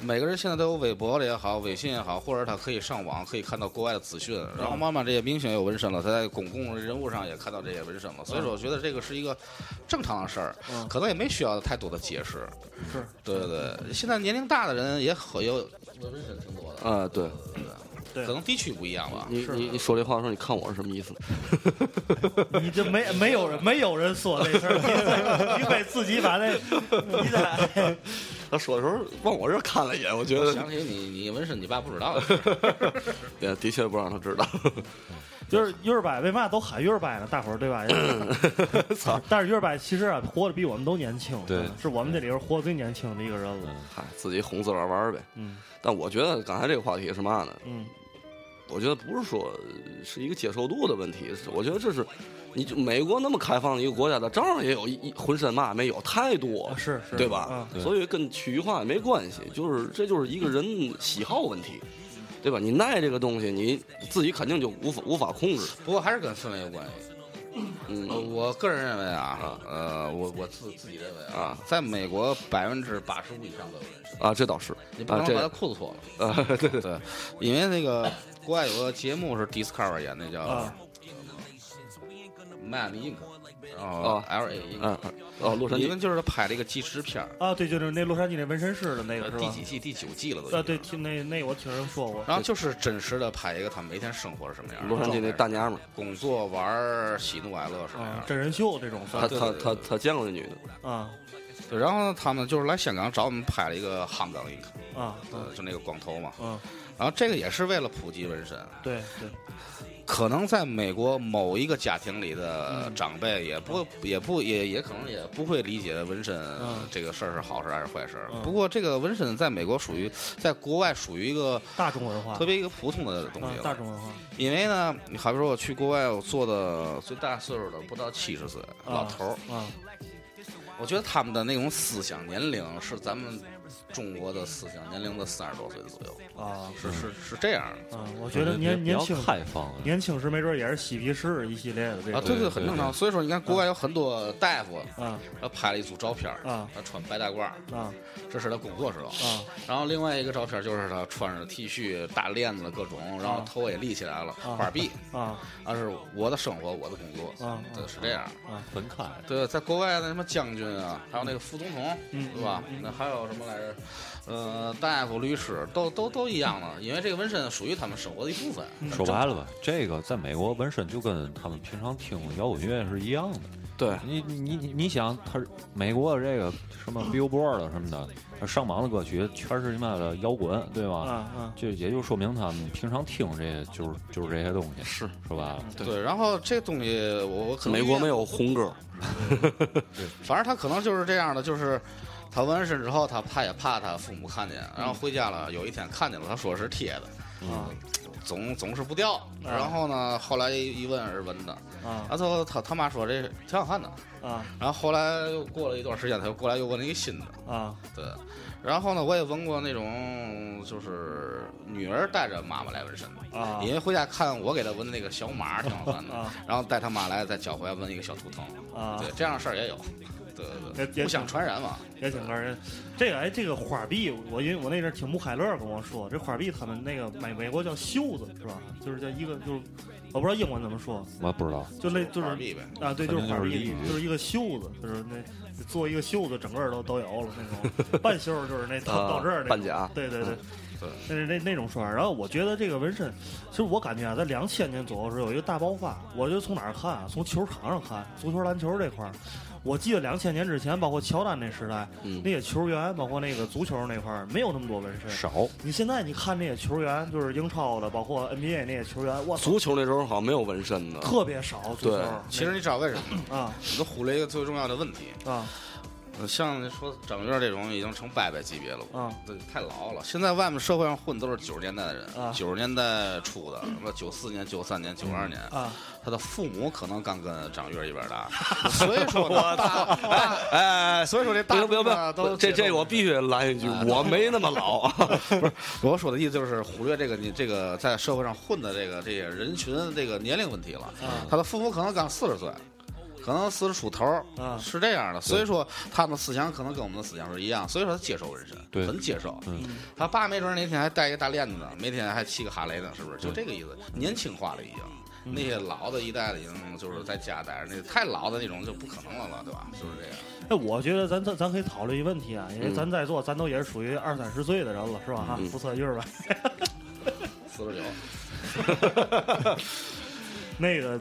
S7: 每个人现在都有微博了也好，微信也好，或者他可以上网可以看到国外的资讯，然
S4: 嗯
S7: 后慢慢这些明星有纹身了，他在公共人物上也看到这些纹身了，所以说我觉得这个是一个正常的事儿
S4: 嗯，
S7: 可能也没需要太多的解释。
S4: 是
S7: 对对对，现在年龄大的人也很有纹身挺多的，
S5: 啊，对
S7: 可能地区不一样吧。
S5: 你你你说这话的时候，你看我是什么意思？
S4: 你这没没有人没有人说这事儿，你得你得自己把那你得
S5: 他说的时候往我这儿看了一眼，我觉
S7: 我
S5: 得
S7: 想起你，你纹身，你爸不知道的事儿。
S5: 也的确不让他知道。
S4: 就是月儿白，为嘛都喊月儿白呢？大伙儿对吧？
S5: 操！
S4: 但是月儿白其实啊，活得比我们都年轻，
S6: 对
S4: 是我们这里边活得最年轻的一个人了。
S5: 嗨，自己哄自个儿玩儿呗。
S4: 嗯
S5: 但我觉得刚才这个话题是嘛呢？
S4: 嗯，
S5: 我觉得不是说呃是一个接受度的问题，是我觉得这是，你就美国那么开放的一个国家，它照样也有一一浑身嘛没有太多
S4: 啊，是是，
S5: 对吧
S4: 啊？
S6: 对
S5: 所以跟区域化也没关系，就是这就是一个人喜好问题，对吧？你耐这个东西，你自己肯定就无法无法控制。
S7: 不过还是跟氛围有关系。呃
S5: 嗯，
S7: 我个人认为啊，呃，我我自自己认为啊
S5: 啊，
S7: 在美国百分之八十五以上都有人身，
S5: 啊，这倒是
S7: 你不
S5: 啊，
S7: 能把他
S5: 这
S7: 裤子脱了。
S5: 啊，对对
S7: 对，因为那个国
S4: 嗯
S7: 外有个节目是 Discover 演的，叫
S4: 啊
S7: 《Mad Inc》，然后 L A，
S5: 嗯，哦，洛杉矶
S7: 你们就是拍了一个纪实片儿，
S4: 啊，对，就是那洛杉矶那纹身室的那个
S7: 呃
S4: 是
S7: 第
S4: 吧
S7: 几？季、第九季了都已经。
S4: 啊，对，听那那我听人说过。
S7: 然后就是真实的拍一个他们每天生活是什么样，
S5: 洛杉矶那大娘们儿，
S7: 工作、玩儿、喜怒哀乐什么样
S4: 啊，。真人秀这种
S5: 他
S4: 算
S5: 他他他见过那女的，
S4: 啊
S7: 对，然后呢，他们就是来香港找我们拍了一个《汉港影》，
S4: 啊
S7: 呃，就那个光头嘛。
S4: 嗯，
S7: 然后这个也是为了普及纹身，啊
S4: 对对，
S7: 可能在美国某一个家庭里的呃长辈也不、也不也也可能也不会理解纹身
S4: 嗯
S7: 这个事儿啊是好事还是坏事儿。
S4: 嗯
S7: 不过这个纹身在美国属于在国外属于一个
S4: 大众文化，
S7: 特别一个普通的东
S4: 啊
S7: 西了。
S4: 大众文化
S7: 因为呢，你好比说我去国外，我做的最大岁数的不到七十岁、
S4: 啊
S7: 老头儿，
S4: 啊
S7: 我觉得他们的那种思想年龄是咱们中国的思想年龄的三十多岁左右，
S4: 啊
S7: 是是是这样的。
S4: 啊！我觉得年
S6: 比
S4: 年
S6: 较
S4: 轻
S6: 开放了，
S4: 年轻时没准儿也是嬉皮士一系列的这
S7: 啊，
S4: 个
S7: 对嗯
S6: 对
S7: 很
S6: 对
S7: 正常。所以说，你看国外有很多大夫，
S4: 啊
S7: 他拍了一组照片儿
S4: 啊
S7: 他穿白大褂儿，
S4: 啊
S7: 这是他工作时候。
S4: 啊
S7: 然后另外一个照片就是他穿着 T 恤、大链子各种，然后
S4: 啊
S7: 头也立起来了，
S4: 啊
S7: 花臂。
S4: 啊
S7: 那是我的生活，我的工作，
S4: 啊
S7: 对，是这样。
S6: 分开。
S7: 对，在国外的什么将军啊，还有那个副总统，
S4: 嗯
S7: 对吧？那还有什么来着？呃，大夫、律师，都都都一样的，因为这个纹身属于他们生活的一部分。
S6: 说白了吧，这个在美国纹身就跟他们平常听摇滚乐是一样的。
S5: 对，
S6: 你你你你想，他是美国的这个什么 Billboard 啊的什么的，他上榜的歌曲全是他妈的摇滚，对
S4: 啊
S7: 嗯
S6: 吧？
S4: 啊！
S6: 就也就说明他们平常听这些就是就是这些东西，是说白了，
S7: 对然后这东西我我可能
S5: 美国没，有红歌，
S7: 反正他可能就是这样的，就是他纹身之后，他他也怕他父母看见，然后回家了，有一天看见了，他说是贴的，
S4: 啊
S7: 总总是不掉。然后呢，后来一一问是纹的，
S4: 啊
S7: 然后他他妈说这挺好看的，
S4: 啊
S7: 然后后来又过了一段时间，他又过来又纹了一个新的。
S4: 啊
S7: 对，然后呢，我也纹过那种，就是女儿带着妈妈来纹身的，
S4: 啊
S7: 因为回家看我给她纹的那个小马儿挺好看的，
S4: 啊
S7: 然后带她妈来再教回来纹一个小图腾，
S4: 啊
S7: 对，！这样的事儿也有，对嗯对
S4: 也
S7: 对，
S4: 也
S7: 互相传染嘛，
S4: 也挺让人。这个哎，这个花臂，我因为我那阵儿听穆海勒跟我说，这花臂他们那个美美国叫袖子是吧？就是叫一个就是，我不知道英文怎么说，
S6: 我不知道。
S4: 就类就
S7: 玩儿
S4: 是
S7: 币呗。
S4: 啊，对，就是花
S6: 反正就是
S4: 臂
S6: 俚，语
S4: 就是一个袖子，就是那做一个袖子，整个儿都都有了那 种半袖儿，就是那到
S5: 啊嗯
S4: 到这儿那种
S5: 半甲
S4: 对对对
S7: 对，
S4: 那是那那种说法。然后我觉得这个纹身，其实我感觉啊，在两千年左右时候有一个大爆发，我就从哪儿看啊？从球场上看，足球、篮球这块儿。我记得两千年之前，包括乔丹那时代，
S5: 嗯
S4: 那些球员，包括那个足球那块儿，没有那么多纹身。
S6: 少，
S4: 你现在你看那些球员，就是英超的，包括 NBA 那些球员，哇，
S5: 足球那时候好像没有纹身的，
S4: 特别少足球
S5: 对。
S7: 其实你知道为什么吗？
S4: 那啊
S7: 你都忽略一个最重要的问题，
S4: 啊
S7: 呃像你说张悦这种已经成伯伯级别了，
S4: 啊
S7: 对，太老了。现在外面社会上混都是九十年代的
S4: 啊
S7: 人，九十、年代初的，什么九四年、九三年、
S5: 嗯
S7: 九二年，
S4: 啊！
S7: 他的父母可能刚跟张悦一边 大，所以说呢，大大哎，所以说这
S5: 不
S7: 大
S5: 行不行不
S7: 部分啊
S5: 行，
S7: 都
S5: 这这
S7: 接受
S5: 我必须拦一句，
S7: 啊
S5: 我没那么老 啊，
S7: 我说的意思就是忽略这个你这个在社会上混的这个这个人群这个年龄问题了。
S4: 啊
S7: 他的父母可能刚四十岁，可能四十出头
S4: 啊
S7: 儿，是这样的。所以说他们的思想可能跟我们的思想是一样，所以说他接受人生，
S6: 对
S7: 很接受。
S6: 嗯，
S7: 他爸没准哪天还带一个大链子呢，每天还骑个哈雷呢，是不是？就这
S6: 对嗯
S7: 个意思，年轻化了已经。那些老的一代的已经就是在家待着，那太老的那种就不可能了吧，对吧？就是这样。
S4: 哎，我觉得咱咱咱可以讨论一个问题啊，因为
S5: 嗯
S4: 咱在座咱都也是属于二三十岁的人了，是吧？哈、
S5: 嗯
S4: 不算月吧。
S7: 四十九，
S4: 那个，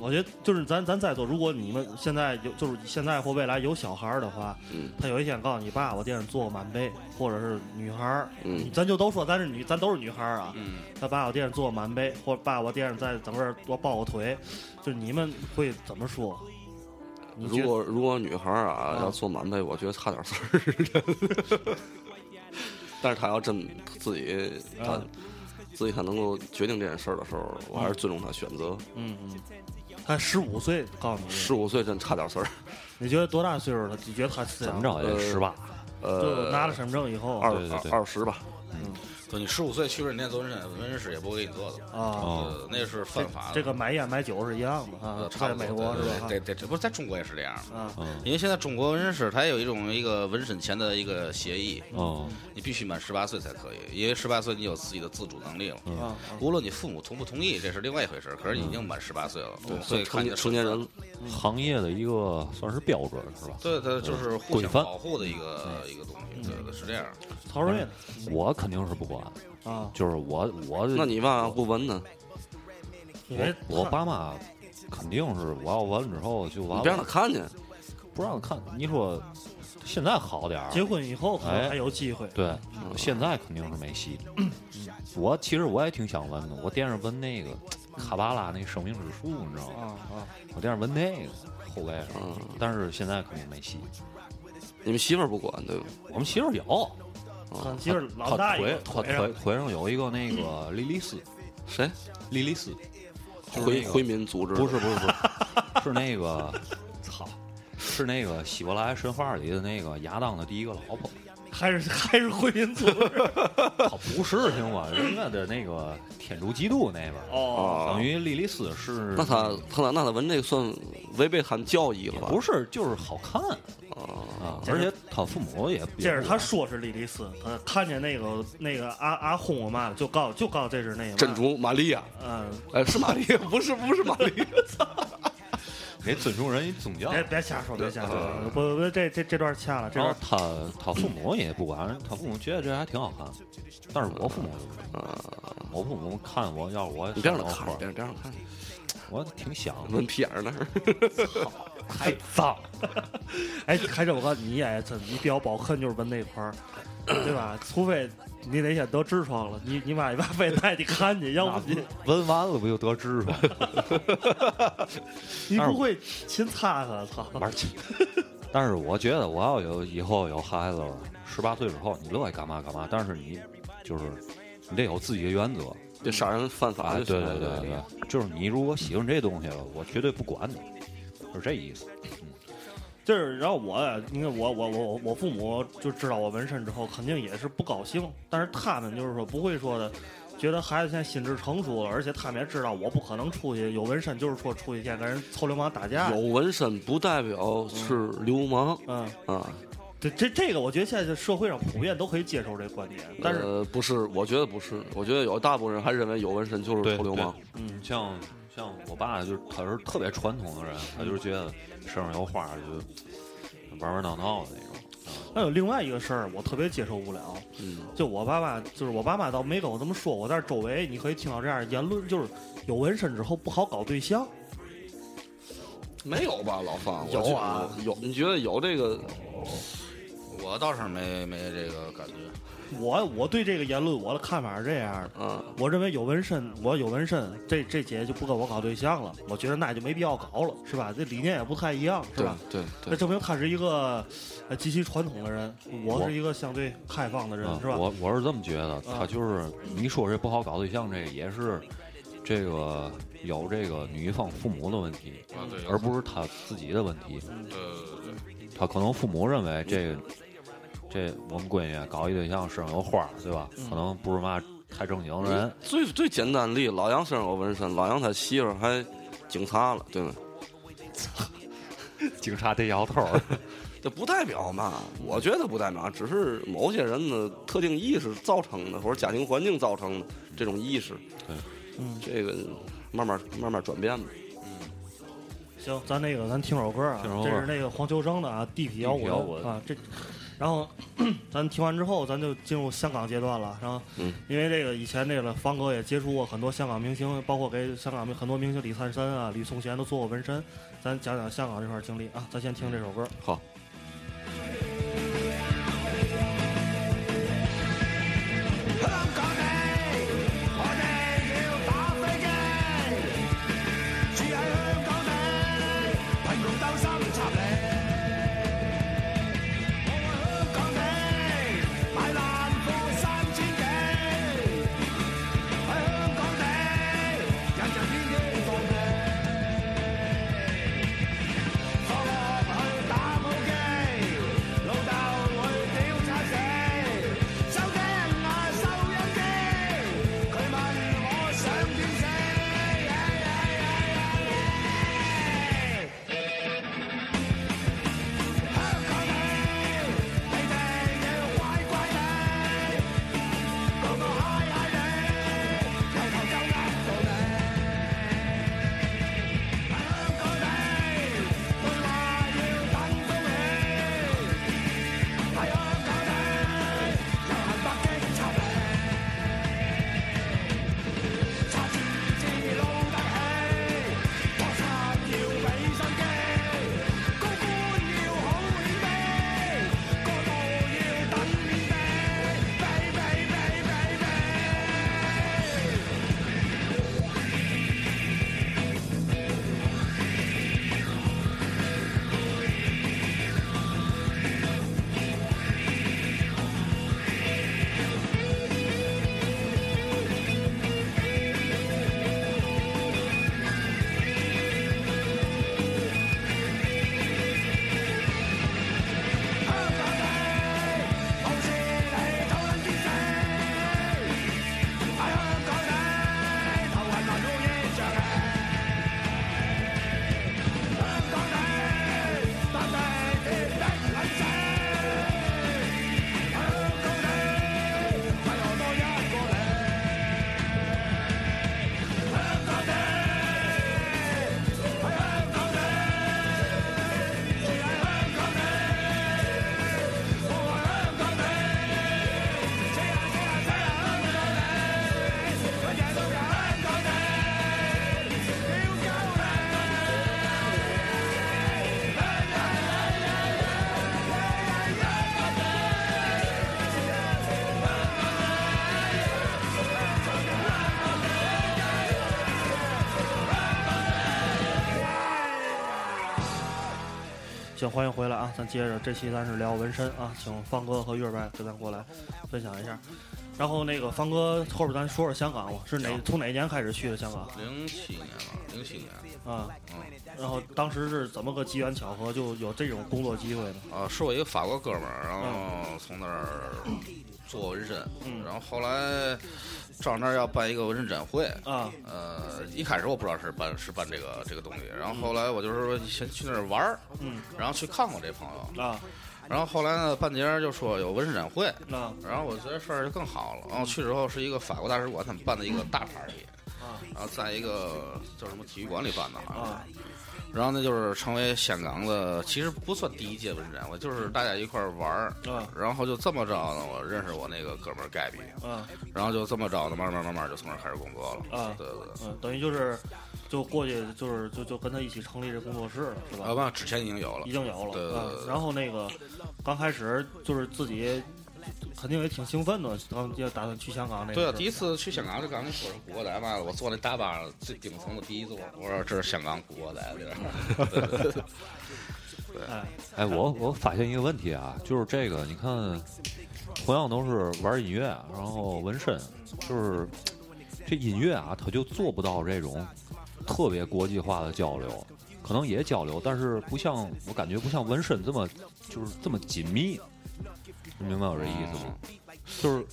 S4: 我觉得就是咱咱在座，如果你们现在有就是现在或未来有小孩儿的话，
S5: 嗯
S4: 他有一天告诉你爸，我惦着做个满背，或者是女孩儿，
S5: 嗯
S4: 咱就都说咱是女，咱都是女孩儿啊。
S7: 嗯，
S4: 他爸，我惦着做个满背，或者爸，我惦着在整个儿多抱个腿，就是你们会怎么说？你觉
S5: 如
S4: 得
S5: 果如果女孩儿啊
S4: 啊
S5: 要做满背，我觉得差点事儿。但是她要真自己，她
S4: 啊
S5: 自己她能够决定这件事儿的时候，我还是尊重她选择。
S4: 嗯嗯，他十五岁告诉你，
S5: 十五岁真差点事儿，
S4: 你觉得多大岁数了？你觉得他
S6: 怎么着也
S5: 呃
S6: 得十八，
S4: 就拿了
S5: 呃，
S4: 身份证以后，
S5: 二
S6: 对对对
S5: 二十吧。
S7: 对你十五岁去纹身店做纹身，纹身师也不会给你做的
S4: 啊
S7: 呃那是犯法的。
S4: 这个买烟买酒是一样的啊
S7: 呃，差
S4: 在
S7: 不多
S4: 美国是
S7: 对
S4: 吧？
S7: 对对，这不是在中国也是这样的。
S4: 啊，
S7: 因为现在中国纹身师他有一种一个纹身前的一个协议，
S6: 哦，
S7: 你必须满十八岁才可以，因为十八岁你有自己的自主能力了。
S4: 啊
S7: 无论你父母同不同意，这是另外一回事。可是你已经满十八岁了，
S5: 对
S7: 所以看你的
S5: 成年人
S7: 身
S5: 了
S7: 份。
S6: 行业的一个算是标准是吧？
S7: 嗯对，它就是嗯互
S6: 规
S7: 相
S6: 范
S7: 保护的一个一个东西，对对是这样。
S4: 曹睿呢？
S6: 我肯定是不管，
S4: 啊，
S6: 就是我我
S5: 那你嘛不纹呢？
S4: 因为
S6: 我我爸妈肯定是我要完了之后就
S5: 你
S6: 完
S5: 别让他
S6: 了，
S5: 看见。
S6: 不让看。你说现在好点儿，
S4: 结婚以后可能
S6: 哎
S4: 还有机会。
S6: 对，嗯现在肯定是没戏。我其实我也挺想纹的，我惦着纹那个卡巴拉那生命之树，你知道
S4: 啊
S6: 吗？
S4: 啊，
S6: 我惦着纹那个后背上
S5: 嗯，
S6: 但是现在肯定没戏。
S5: 你们媳妇儿不管对吧？
S6: 我们媳妇儿有，
S4: 看接着老
S6: 她
S4: 大爷哎
S6: 腿她腿腿上有一个那个莉莉丝，
S5: 谁？
S6: 莉莉丝就是
S5: 回
S6: 那个
S5: 回民组织？
S6: 不是不是不是，是那个操，是那个希伯来神话里的那个亚当的第一个老婆。
S4: 还是还是回民族
S6: 操，不是行吗？人家的那个天主基督那边儿，
S4: 哦，
S5: 啊
S6: 等，于莉莉丝是
S5: 那他他那他纹这个算违背他们教义了吧？
S6: 不是就是好看
S5: 哦
S6: 啊，而且他父母也
S4: 这是他说是莉莉丝，他看见那个那个阿阿轰我妈就告就告这是那个嘛
S5: 真，主玛利亚，
S4: 嗯，
S5: 哎，是玛利亚，不是不是玛利亚，
S6: 得尊重人家宗教。
S4: 别别瞎说，别瞎说，不不，这这这段掐了，这
S6: 然后
S4: 段
S6: 他他父母也不管，他父母觉得这还挺好看，但是我父母就不管我父母看我要我
S5: 嗯你别让
S6: 上
S5: 他
S6: 画
S5: 看，别别让他看，
S6: 我挺想
S5: 纹屁眼儿那儿。
S6: 太脏，
S4: 哎，还是我告诉你，哎，这你比较保恨就是纹那块儿，对吧？除非你哪天得痔疮了，你你妈你爸非带你看去，要不你
S6: 闻完了不就得痔疮？
S4: 你不会勤擦擦，操！
S6: 玩 去。但是我觉得我要有以后有孩子了，十八岁之后你乐意干嘛干嘛，但是你就是你得有自己的原则。
S5: 这杀人犯法
S6: 哎，
S5: 就
S6: 对
S5: 行
S6: 对对对，就是你如果喜欢这东西了，我绝对不管你，就是这意思。
S4: 就是，然后我，你看我我我我父母就知道我纹身之后，肯定也是不高兴，但是他们就是说不会说的，觉得孩子现在心智成熟了，而且他们也知道我不可能出去有纹身，就是说出去见跟人臭流氓打架。
S5: 有纹身不代表是流氓
S4: 嗯，
S5: 啊，
S4: 这这这个，我觉得现在就社会上普遍都可以接受这个观点，但是、
S5: 呃不是，我觉得不是，我觉得有大部分人还认为有纹身就是臭流氓。
S4: 嗯，
S6: 像像我爸就是他是特别传统的人，他就是觉得身上有花儿就玩玩闹闹的那种。
S4: 那有另外一个事儿，我特别接受不了，
S5: 嗯，
S4: 就我爸爸，就是我爸妈倒没跟我这么说，我但是周围你可以听到这样的言论，就是有纹身之后不好搞对象。
S5: 没有吧，老方？我
S4: 有
S5: 觉得
S4: 啊
S5: 有你觉得有这个
S7: 我倒是没没这个感觉，
S4: 我我对这个言论我的看法是这样的，
S5: 啊？
S4: 我认为有纹身，我有纹身，这这姐就不跟我搞对象了，我觉得那就没必要搞了，是吧？这理念也不太一样，是
S5: 对
S4: 吧？
S5: 对
S4: 那
S5: 对，
S4: 证明他是一个呃极其传统的人，我是一个相对开放的人，
S6: 啊
S4: 是吧？啊
S6: 我我是这么觉得，他就是你说这不好搞对象，这个也是这个有这个女方父母的问题，
S7: 啊对有
S6: 而不是他自己的问题。
S7: 呃，
S6: 他可能父母认为这个这我们闺女搞一对象身上有花儿，对吧？
S7: 嗯
S6: 可能不是嘛太正经的人，
S5: 最最简单的例，老杨身上有纹身，老杨他媳妇儿还警察了，对吗？
S7: 嗯
S6: 警察得摇头。
S5: 这不代表嘛，我觉得不代表，只是某些人的特定意识造成的，或者家庭环境造成的这种意识。
S6: 对，
S4: 嗯
S5: 这个慢慢慢慢转变吧。
S4: 行，咱那个咱听首歌啊，
S6: 听首歌
S4: 这是那个黄秋生的啊，《地痞摇滚
S6: 地痞摇》滚
S4: 啊，这，然后 咱听完之后，咱就进入香港阶段了。然后，
S5: 嗯
S4: 因为这个以前这个方哥也接触过很多香港明星，包括给香港很多明星李灿森啊、吕颂贤都做过纹身，咱讲讲香港这块经历啊。咱先听这首歌。
S5: 好。
S10: 放學去打鋪機，
S4: 行，欢迎回来啊！咱接着这期咱是聊纹身啊，请方哥和月儿白给咱过来分享一下。然后那个方哥，后边咱说说香港吧，是哪从哪年开始去的香港？
S7: 零七年吧，零七年
S4: 啊，
S7: 嗯
S4: 然后当时是怎么个机缘巧合就有这种工作机会呢？
S7: 啊，是我一个法国哥们儿，然后从那儿做纹身，然后后来照那儿要办一个纹身展会
S4: 啊，
S7: 呃，一开始我不知道是办是办这个这个东西，然后后来我就是说先去那儿玩儿，
S4: 嗯，
S7: 然后去看我这朋友
S4: 啊，
S7: 然 后后来呢，半截儿就说有纹身展会，
S4: 啊，
S7: 然后我觉得事儿就更好了，然后去之后是一个法国大使馆他们办的一个大 party，
S4: 啊，
S7: 然后在一个叫什么体育馆里办的，好像
S4: 啊
S7: 是。然后呢，就是成为香港的，其实不算第一届纹身展会，就是大家一块儿玩儿。
S4: 嗯
S7: 然后就这么着呢，我认识我那个哥们儿盖比，
S4: 嗯，
S7: 然后就这么着呢，慢慢慢慢就从这儿开始工作了。
S4: 啊
S7: 对对对。
S4: 嗯，等于就是就过去就是就就跟他一起成立这工作室了，是吧？
S7: 啊，不，之前已经有了，
S4: 已经有了。
S7: 对对对
S4: 嗯，然后那个刚开始就是自己肯定也挺兴奋的，刚就打算去香港那个。
S7: 对啊，第一次去香港就刚才说是古惑仔嘛，我坐那大巴最顶层的第一座，我说这是香港古惑仔的地儿对对对。对
S4: 哎，
S6: 哎，我我发现一个问题啊，就是这个，你看，同样都是玩音乐，啊然后纹身，就是这音乐啊，它就做不到这种特别国际化的交流，可能也交流，但是不像我感觉不像纹身这么就是这么紧密，你明白我这意思吗？就是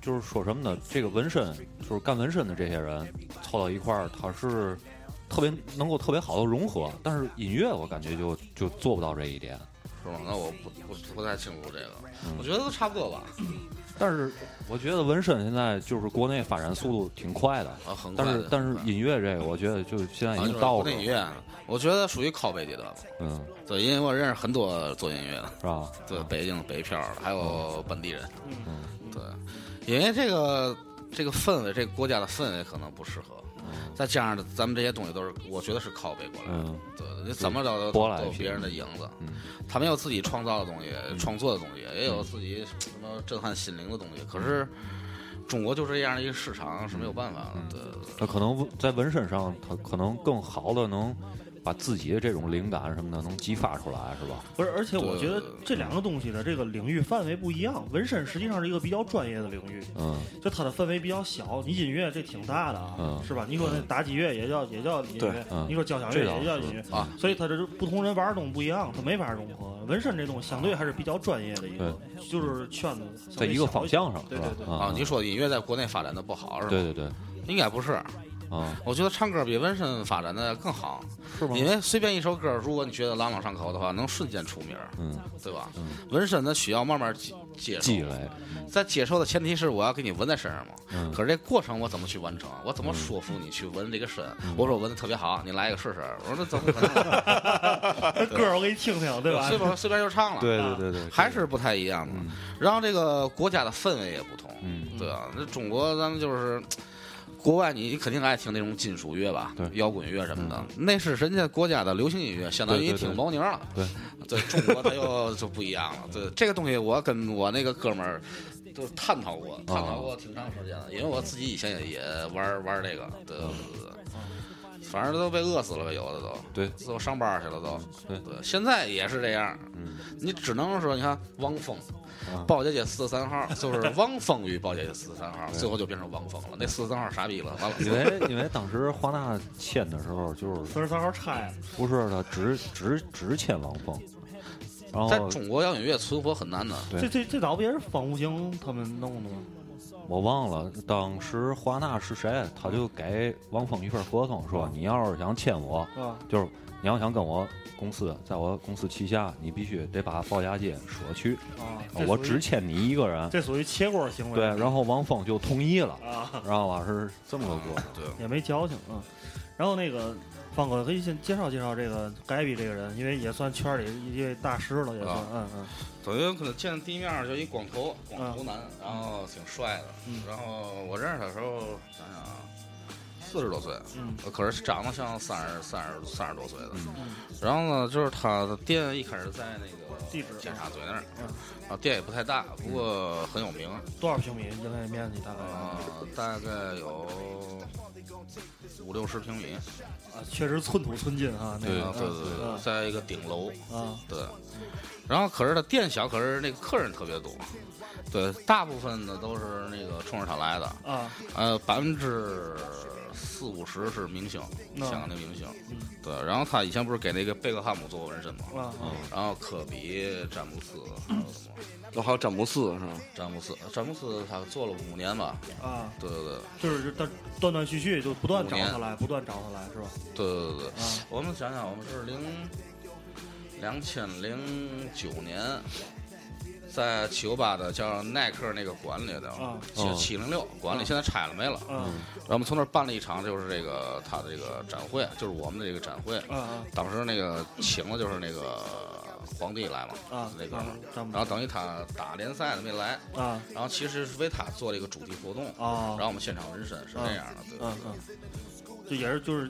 S6: 就是说什么呢？这个纹身就是干纹身的这些人凑到一块儿，他是特别能够特别好的融合，但是音乐我感觉就就做不到这一点。嗯
S7: 是吗？那我不不不太清楚这个，我觉得都差不多吧。
S6: 但是我觉得纹身现在就是国内发展速度挺快的，
S7: 啊很快
S6: 但
S7: 的
S6: 是但是音乐这个，我觉得就现在
S7: 啊
S6: 已
S7: 就是
S6: 经到
S7: 国
S6: 了
S7: 内，音乐，我觉得属于靠背阶段吧。
S6: 嗯，
S7: 对，因为我认识很多做音乐的，
S6: 是吧？啊嗯
S7: 对，北京北漂的，还有本地人。对，因为这个这个氛围，这个国家的氛围可能不适合，再加上咱们这些东西都是，我觉得是靠背过来的
S6: 嗯。
S7: 对，你怎么着都
S6: 舶
S7: 都
S6: 来
S7: 有
S6: 品
S7: 别人的影子
S6: 嗯，
S7: 他们有自己创造的东西，创作的东西，也有自己什么震撼心灵的东西。可是
S6: 嗯
S7: 中国就这样一个市场是没有办法的。对对对
S6: 他嗯可能在纹身上，他可能更好的能把自己的这种灵感什么的能激发出来，是吧？
S4: 不是，而且我觉得
S7: 对
S4: 这两个东西的这个领域范围不一样。纹身实际上是一个比较专业的领域，
S6: 嗯，
S4: 就它的范围比较小。你音乐这挺大的啊，
S6: 嗯
S4: 是吧？你说那打击乐也叫也叫音乐，
S6: 嗯
S4: 你说交响乐也叫音乐
S6: 这
S7: 啊
S4: 所以它这就不同人玩的东西不一样，它没法融合。纹身这东西相对还是比较专业的一个，就是圈子相
S6: 在
S4: 对
S6: 一个
S4: 小
S6: 方
S4: 些
S6: 向上，
S4: 对
S6: 是
S4: 对对，
S6: 吧？啊
S7: 啊，，你说音乐在国内发展的不好是吧？
S6: 对对对，
S7: 应该不是。
S6: 啊，
S7: 我觉得唱歌比纹身发展的更好，
S6: 是吗
S7: 因为随便一首歌，如果你觉得朗朗上口的话，能瞬间出名儿，
S6: 嗯，
S7: 对吧？纹身呢需要慢慢接接受，
S6: 积累，
S7: 在接受的前提是我要给你纹在身上嘛。
S6: 嗯
S7: 可是这过程我怎么去完成？我怎么说服你去纹这个身？
S6: 嗯
S7: 我说我纹的特别好，你来一个试试。我说那怎么可 能？
S4: 歌儿我给你听听，对吧？
S7: 随便随便就唱了。
S6: 对对对对，
S7: 还是不太一样的。然后这个国家的氛围也不同，
S6: 嗯
S7: 对啊，那中国咱们就是。国外你肯定爱听那种金属乐吧，
S6: 对嗯
S7: 摇滚乐什么的，那是人家国家的流行音乐，相当
S6: 对
S7: 于
S6: 对对
S7: 挺牦牛了。
S6: 对
S7: 对，中国它又 就不一样了。对，这个东西我跟我那个哥们儿都探讨过，探讨
S6: 啊
S7: 过挺长时间了，因为我自己以前也也玩玩这个，对
S6: 嗯
S7: 对对对，反正都被饿死了呗，有的都。
S6: 对
S7: 都上班去了都。
S6: 对
S7: 现在也是这样。
S6: 嗯，
S7: 你只能说，你看汪峰，鲍姐姐四十三号，就是汪峰与鲍姐姐四十三号，最后就变成汪峰了。那四十三号傻逼了，完了。
S6: 因为因为当时华纳签的时候，就是
S4: 四十三号拆了，
S6: 不是他只只只签王峰，然
S7: 在
S6: 后
S7: 中国摇滚乐存活很难的。
S6: 对
S4: 这这这倒不也是方无形他们弄的吗？
S6: 我忘了当时华纳是谁，他就给王峰一份合同，说你要是想签我，
S4: 啊
S6: 就是你要想跟我公司，在我公司旗下，你必须得把报价金舍去，
S4: 啊！这
S6: 哦我
S4: 属于
S6: 只签你一个人。
S4: 这属于切锅行为，
S6: 对，然后王峰就同意了，
S4: 啊，
S6: 知道吧？是这么个过程。
S7: 对，
S4: 也没矫情啊。然后那个方哥可以先介绍介绍这个盖比这个人，因为也算圈里一位大师了，也算
S7: 啊，
S4: 嗯嗯
S7: 等于可能见第一面就一光头，光头男，然后挺帅的
S4: 嗯。
S7: 然后我认识他的时候，想想啊，四十多岁，
S4: 嗯
S7: 可是长得像三十三十三十多岁的。然后呢，就是他的店一开始在那个
S4: 地址
S7: 检查嘴那儿
S4: 嗯，
S7: 啊，店也不太大，不过很有名。啊
S4: 多少平米应该面积大概？
S7: 呃，大概有五六十平米，
S4: 啊，确实寸土寸金啊，那个
S7: 啊，对对
S4: 嗯
S7: 对，在一个顶楼，
S4: 啊，
S7: 对。然后可是它店小，可是那个客人特别多，对，大部分的都是那个冲着它来的，
S4: 啊，
S7: 呃，百分之四五十是明星，
S4: 嗯
S7: 香港的明星
S4: 嗯，
S7: 对。然后他以前不是给那个贝克汉姆做过纹身吗？
S4: 啊
S6: 嗯
S7: 然后科比、詹姆斯，还有什么
S5: 然后还有詹姆斯是吧？
S7: 詹姆斯，詹姆斯他做了五年吧？
S4: 啊，
S7: 对对对。
S4: 就是断断断续续就不断找
S7: 五年
S4: 他来，不断找他来是吧？
S7: 对对对，
S4: 啊
S7: 我们想想，我们是零两千零九年，在酒吧的叫耐克那个馆里的
S4: 啊
S6: 嗯
S7: 七七零六馆里，现在拆了没了。
S4: 嗯
S7: 然后我们从那儿办了一场，就是这个他的这个展会，就是我们的这个展会。
S4: 啊啊
S7: 当时那个请的就是那个皇帝来嘛，
S4: 啊
S7: 那哥们儿
S4: 詹姆斯
S7: 然后等于他打联赛了没来，
S4: 啊
S7: 然后其实是为他做了一个主题活动，
S4: 哦
S7: 然后我们现场纹身是这样的，对
S4: 嗯嗯，就也是就是。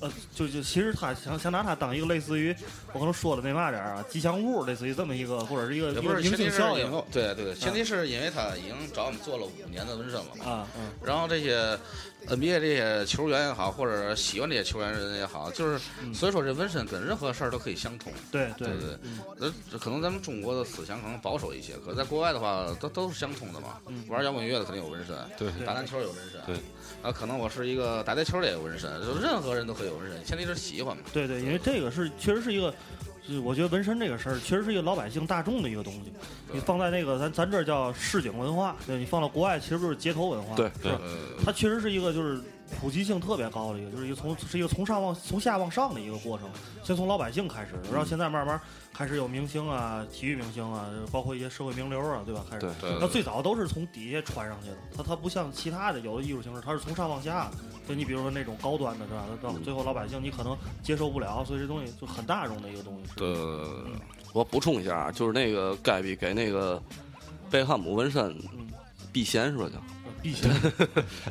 S4: 呃，就就其实他想想拿他当一个类似于我刚才说的那嘛点儿啊，吉祥物，类似于这么一个，或者是一个
S7: 也
S4: 一
S7: 不
S4: 个
S7: 是，
S4: 明
S7: 前提
S4: 星
S7: 是
S4: 效
S7: 因
S4: 应
S7: 为对对，前提是因为他已经找我们做了五年的纹身了嘛。
S4: 啊，嗯
S7: 然后这些 NBA 这些球员也好，或者喜欢这些球员人也好，就是
S6: 嗯
S7: 所以说这纹身跟任何事儿都可以相通。
S4: 对
S7: 对
S4: 对
S7: 对
S4: 嗯，
S7: 那这可能咱们中国的思想可能保守一些，可在国外的话，都都是相通的嘛。
S4: 嗯
S7: 玩摇滚乐的肯定有纹身，
S6: 对
S7: 打篮球有纹身，
S6: 对，
S7: 啊，可能我是一个打台球的也有纹身，就任何人都可以有纹身，前提是喜欢嘛。
S4: 对对，因为这个是确实是一个，就是我觉得纹身这个事儿确实是一个老百姓大众的一个东西。你放在那个咱咱这儿叫市井文化，对你放到国外其实就是街头文化。
S5: 对
S4: 是吧它确实是一个就是普及性特别高的一个，就是一个从是一个从上往从下往上的一个过程，先从老百姓开始，然后现在慢慢开始有明星啊、体育明星啊，包括一些社会名流啊，对吧？开始
S5: 对。
S7: 对
S4: 那最早都是从底下传上去的，它它不像其他的有的艺术形式，它是从上往下的。就你比如说那种高端的，是吧？
S5: 嗯
S4: 到最后老百姓你可能接受不了，所以这东西就很大众的一个东西。
S7: 对，
S5: 嗯我补充一下啊，就是那个盖比给那个贝克汉姆纹身
S4: 嗯，
S5: 避嫌是吧？叫
S4: 避 嫌，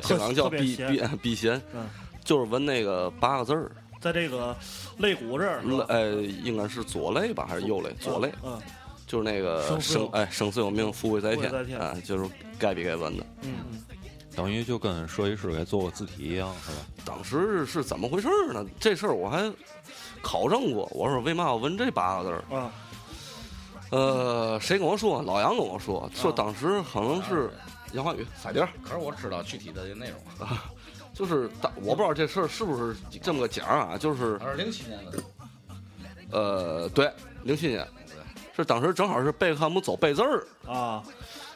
S4: 特
S5: 香港叫
S4: 特别
S5: 避
S4: 闲
S5: 避避嫌，
S4: 嗯，
S5: 就是纹那个八个字儿，
S4: 在这个肋骨这儿是吧，
S5: 呃，应该是左肋吧，还是右肋？左肋，
S4: 嗯
S5: 就是那个
S4: 生死有
S5: 生哎生死有命，富贵在
S4: 富贵在天
S5: 天啊，就是盖比给纹的。
S4: 嗯嗯
S6: 等于就跟设计师给做过字体一样，是吧？
S5: 当时是怎么回事儿呢？这事儿我还考证过，我说为嘛要纹这八个字儿？
S4: 嗯啊
S5: 呃，谁跟我说？老杨跟我说，说
S4: 啊
S5: 当时可能是杨华宇、彩蝶儿，啊
S7: 可是我知道具体的内容，
S5: 就是当我不知道这事儿是不是这么个讲啊，就是
S7: 他是零七年的，
S5: 呃，对，零七年
S7: 对。
S5: 是当时正好是贝克汉姆走背字儿，
S4: 啊，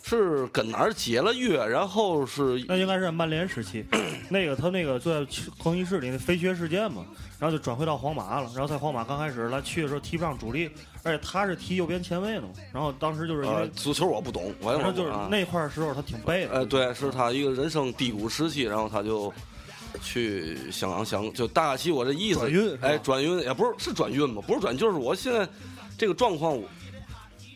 S5: 是跟哪儿解了约，然后是
S4: 那应该是在曼联时期， 那个他那个就在更衣室里那飞靴事件嘛，然后就转会到皇马了，然后在皇马刚开始他去的时候踢不上主力，而且他是踢右边前卫呢，然后当时就是因
S5: 呃
S4: 为
S5: 足球我不懂，我也
S4: 反
S5: 不
S4: 正就
S5: 懂
S4: 是
S5: 啊
S4: 那块儿时候他挺背的，
S5: 呃，对，是他一个人生低谷时期，然后他就去香港想，就大概其我这意思，
S4: 转运是吧
S5: 哎，转运也不是是转运吧，不是转，就是我现在这个状况，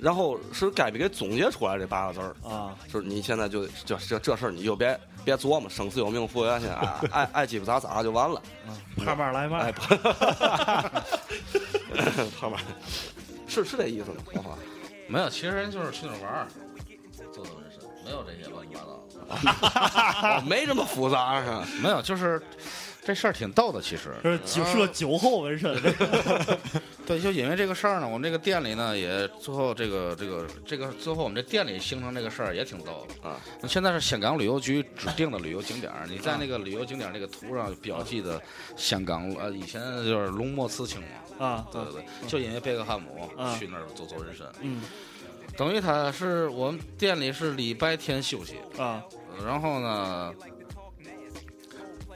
S5: 然后是盖比给总结出来这八个字儿，
S4: 啊
S5: 就是你现在就这这这事儿你就别别琢磨，生死有命，富贵在天，爱爱爱鸡巴咋咋就完了，
S4: 啊，帕马来
S5: 哎，
S4: 麦，
S5: 不好吧，是是这意思吗？我操
S7: 没有，其实人就是去那儿玩儿，做的纹身，没有这些乱七八糟的。
S5: 哦没这么复杂是吧？
S7: 没有，就是这事儿挺逗的，其实。
S4: 这是九是个酒后纹身，
S7: 嗯 对，就因为这个事儿呢，我们这个店里呢，也最后这个这个这个最后我们这店里形成这个事儿也挺逗的
S5: 啊。
S7: 那现在是香港旅游局指定的旅游景点儿，你在那个旅游景点儿那个图上标记的香港呃，以前就是龙墨刺青嘛。
S4: 啊
S7: 对对对，就因为贝克汉姆
S4: 啊
S7: 去那儿做做人参，
S4: 嗯
S7: 等于他是我们店里是礼拜天休息，
S4: 啊
S7: 然后呢，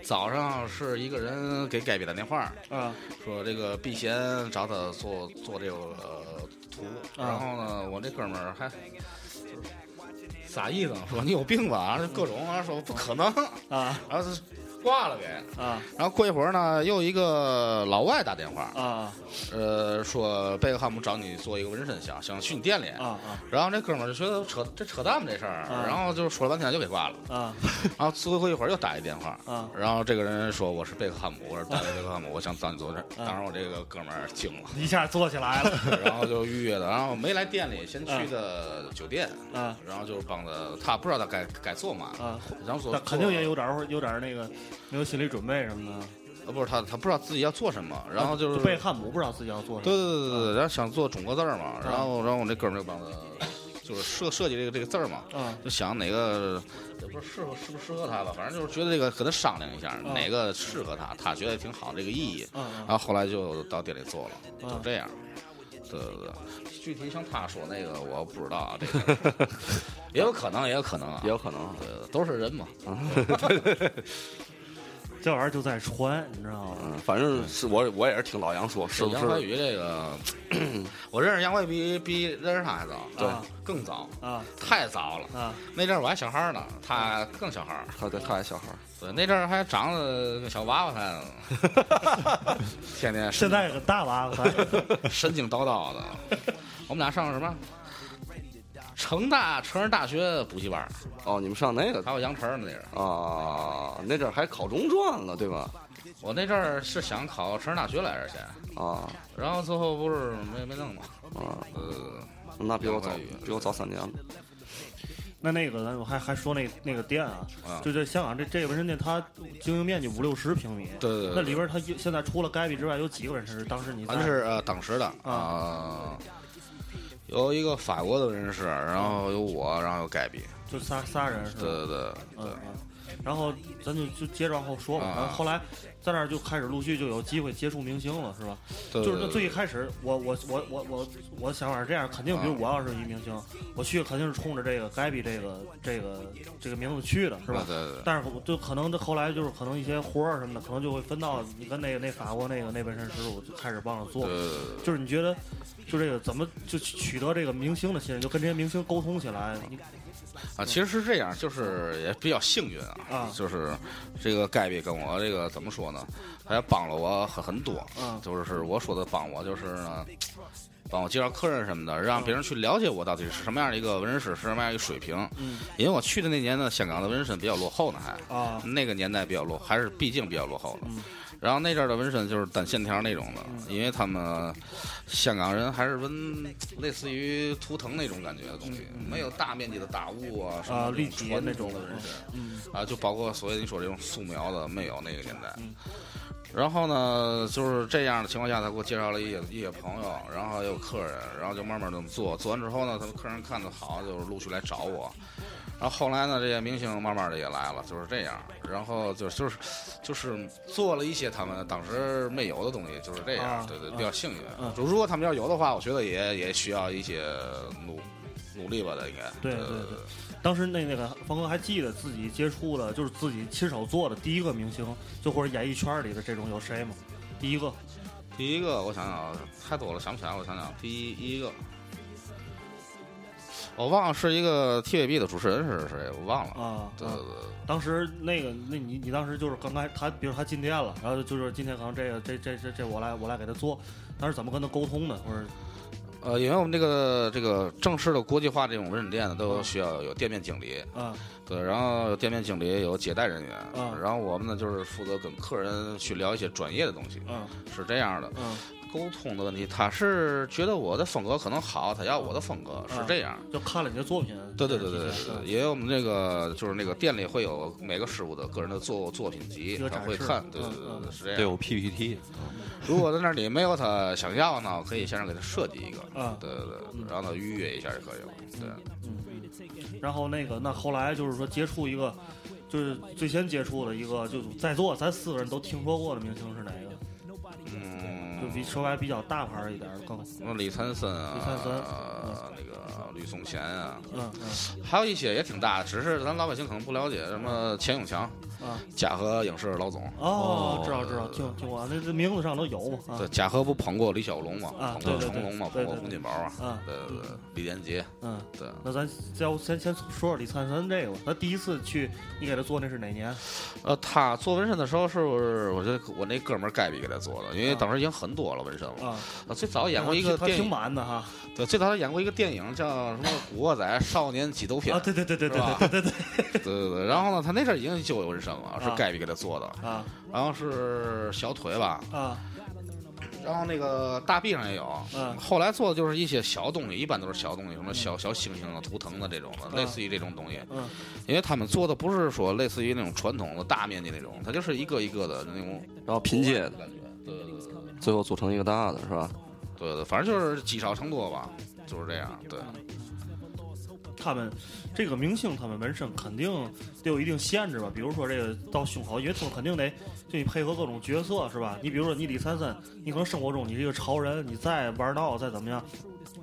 S7: 早上是一个人给盖比打电话，
S4: 啊
S7: 说这个避嫌找他做做这个、呃、图，
S4: 啊
S7: 然后呢，我这哥们儿还就是啥意思呢？说你有病吧？就各种啊，说不可能，
S4: 啊
S7: 然后就挂了给。
S4: 啊
S7: 然后过一会儿呢，又一个老外打电话，
S4: 啊
S7: 呃，说贝克汉姆找你做一个纹身想想去你店里。
S4: 啊啊
S7: 然后这哥们儿就觉得扯这扯淡吧这事儿，
S4: 啊
S7: 然后就说了半天就给挂了。
S4: 啊
S7: 然后最后一会儿又打一电话，
S4: 啊
S7: 然后这个人说我是贝克汉姆，我是大卫贝克汉姆，我想找你做这。
S4: 啊
S7: 当时我这个哥们儿惊了，
S4: 一下坐起来了，
S7: 然后就预约的，然后没来店里，先去的酒店，
S4: 啊
S7: 然后就是帮他，他不知道他该该做嘛，
S4: 啊。
S7: 然后说
S4: 那肯定也有点儿有点儿那个没有心理准备什么的。啊
S5: 呃，不是他，他不知道自己要做什么，然后就是
S4: 背汉姆，不知道自己要做什
S5: 对
S4: 么。
S5: 对对对对，然后想做中国字儿嘛，然后然后我那哥们儿就帮他，就是设设计这个这个字儿嘛，
S4: 嗯
S5: 就想哪个也不是适合适不适合他吧，反正就是觉得这个跟他商量一下，
S4: 嗯
S5: 哪个适合他，他觉得挺好这个意义，
S4: 嗯嗯
S5: 然后后来就到店里做了，
S4: 嗯
S5: 就这样。对对对，具体像他说那个我不知道啊，这个 也有可能，也有可能啊
S11: 也，有可能。
S5: 对都是人嘛。
S4: 这玩意儿就在传，你知道吗？
S11: 嗯，反正是我我也是听老杨说，是不
S5: 杨怀
S11: 是？
S5: 宇这个，我认识杨怀宇比比认识他还早，
S4: 对
S5: 更早，
S4: 啊
S5: 太早了。
S4: 啊，
S5: 那阵儿我还小孩儿呢，他更小孩儿。
S11: 他对他还小孩儿，
S5: 对，那阵儿还长得跟小娃娃似的，天天
S4: 现
S5: 神
S4: 在个大娃娃，
S5: 神经叨叨的。我们俩上什么？成大成人大学补习班儿，
S11: 哦，你们上那个
S5: 还有杨晨儿呢那阵儿。
S11: 啊？那阵儿还考中专了，对吧？
S5: 我那阵儿是想考成人大学来着先，
S11: 啊
S5: 然后最后不是没没弄嘛。
S11: 啊，
S5: 呃，
S11: 那比我早
S5: 杨怀宇，
S11: 比我早三年了。
S4: 那那个咱我还还说那那个店啊
S5: 啊，
S4: 就这香港这这个纹身店，它经营面积五六十平米，
S5: 对对对
S4: 那里边它一现在除了该比之外，有几个人是当时你在
S5: 咱是呃当时的
S4: 啊
S5: 啊、有一个法国的人士，然后有我，然后有盖比，
S4: 就仨仨人是吧？
S5: 对对对
S4: 嗯
S5: 对，
S4: 嗯，然后咱就就接着往后说吧。
S5: 啊
S4: 然后后来在那儿就开始陆续就有机会接触明星了，是吧？
S5: 对
S4: 就是那
S5: 对
S4: 最一开始，我我我我我我想法是这样，肯定比
S5: 啊
S4: 如我要是一明星，我去肯定是冲着这个 Gaby 这个这个这个名字去的，是吧
S5: 啊？对对对
S4: 但是我就可能就后来就是可能一些活儿什么的，可能就会分到你跟那个那法国那个那纹身师傅就开始帮着做。
S5: 对对
S4: 就是你觉得，就这个怎么就取得这个明星的信任，就跟这些明星沟通起来，你
S5: 啊，其实是这样，就是也比较幸运啊，
S4: 啊
S5: 就是这个盖比跟我这个怎么说呢，哎他也帮了我很很多，
S4: 嗯
S5: 就是我说的帮我就是呢。帮我介绍客人什么的，让别人去了解我到底是什么样的一个纹身师，是什么样一个水平。
S4: 嗯
S5: 因为我去的那年呢，香港的纹身比较落后呢，还
S4: 啊嗯
S5: 那个年代比较落，还是毕竟比较落后的。然后那阵儿的纹身就是单线条那种的，因为他们香港人还是纹类似于图腾那种感觉的东西，没有大面积的打雾啊什
S4: 嗯啊
S5: 么
S4: 立体
S5: 传
S4: 那
S5: 统
S4: 种
S5: 的纹身。
S4: 嗯
S5: 啊，就包括所谓你说这种素描的没有那个年代。
S4: 嗯
S5: 然后呢，就是这样的情况下，他给我介绍了一些一些朋友，然后也有客人，然后就慢慢这么做。做完之后呢，他们客人看的好，就是陆续来找我。然后后来呢，这些明星慢慢的也来了，就是这样。然后就就是就是做了一些他们当时没有的东西，就是这样。
S4: 啊
S5: 对对，
S4: 啊
S5: 比较幸运。
S4: 嗯
S5: 就如果他们要有的话，我觉得也也需要一些努努力吧的，应该。
S4: 对对
S5: 呃
S4: 对。当时那那个方哥还记得自己接触的，就是自己亲手做的第一个明星，就或者演艺圈里的这种有谁吗？第一个
S5: 第一个，我想想啊，太多了，想不起来。我想想，第一一个，我忘了是一个 TVB 的主持人是谁，我忘了。
S4: 啊，
S5: 对对
S4: 啊当时那个那你你当时就是刚开他，比如他进店了，然后就是今天可能这个这这这这我来我来给他做，当时怎么跟他沟通的，或者
S5: 对，呃，因为我们这个这个正式的国际化这种纹身店呢，都需要有店面经理，
S4: 啊
S5: 对，然后店面经理有接待人员，
S4: 嗯
S5: 然后我们呢就是负责跟客人去聊一些专业的东西，
S4: 嗯
S5: 是这样的。
S4: 嗯，
S5: 沟通的问题，他是觉得我的风格可能好，他要我的风格，
S4: 啊
S5: 是这样。
S4: 就看了你的作品，
S5: 对对对对对
S4: 就是提前
S5: 对，
S4: 嗯
S5: 也有我们这个就是那个店里会有每个师傅的个人的作作品集
S4: 一个，
S5: 他
S4: 展
S5: 会
S4: 示
S5: 看，对对
S4: 嗯
S5: 对对，
S4: 嗯
S5: 是这样。
S6: 得有 PPT，
S5: 如果在那里没有他想要呢，我可以先让给他设计一个
S4: 嗯，
S5: 对对对，让他预约一下就可以了。对，
S4: 嗯然后那个，那后来就是说接触一个，就是最先接触的一个，就是在座咱四个人都听说过的明星是哪个？就比
S5: 嗯，
S4: 说白比较大牌儿一点儿更，
S5: 什么李灿森
S4: 李灿森
S5: 啊，那个吕颂贤啊，
S4: 嗯
S5: 还有一些也挺大的，只是咱老百姓可能不了解，什么钱永强，
S4: 嗯啊，
S5: 嘉禾影视老总，
S4: 哦
S6: 哦，
S4: 知道知道，听听过，那这名字上都有嘛啊
S5: 对，，嘉禾不捧过李小龙嘛，
S4: 啊
S5: 捧
S4: 对
S5: 过
S4: 对对
S5: 成龙嘛，
S4: 对
S5: 捧过
S4: 对
S5: 洪
S4: 对
S5: 金宝啊，
S4: 啊
S5: 对对对，李连杰，
S4: 嗯，
S5: 对。
S4: 那咱要先先说说李灿森这个吧，他第一次去你给他做那是哪年？
S5: 呃，他做纹身的时候是不是我这我那哥们儿盖比给他做的？因为
S4: 啊
S5: 当时已经很多了纹身了。
S4: 啊，
S5: 呃最早演过一个
S4: 他
S5: 电
S4: 挺
S5: 影，
S4: 满的哈
S5: 对，最早他演过一个电影叫什么《古惑仔少年激斗片
S4: 啊，》，对对对对对
S5: 是吧
S4: 对对对
S5: 对对对。然后呢，他那阵儿已经就有纹身了，是
S4: 啊
S5: 盖比给他做的。
S4: 啊
S5: 然后是小腿吧，
S4: 啊
S5: 然后那个大臂上也有，
S4: 嗯
S5: 后来做的就是一些小东西，一般都是小东西，什么小小星星啊、图腾的这种的，
S4: 嗯
S5: 类似于这种东西。
S4: 嗯，
S5: 因为他们做的不是说类似于那种传统的大面积那种，它就是一个一个的那种，
S7: 然后拼接的
S5: 感觉，对对对对
S7: 最后组成一个大的是吧？
S5: 对对，反正就是积少成多吧，就是这样。对，
S4: 嗯他们这个明星他们纹身肯定得有一定限制吧，比如说这个到胸口，因为他们肯定得就你配合各种角色是吧？你比如说你李三三，你可能生活中你是一个潮人，你再玩闹再怎么样，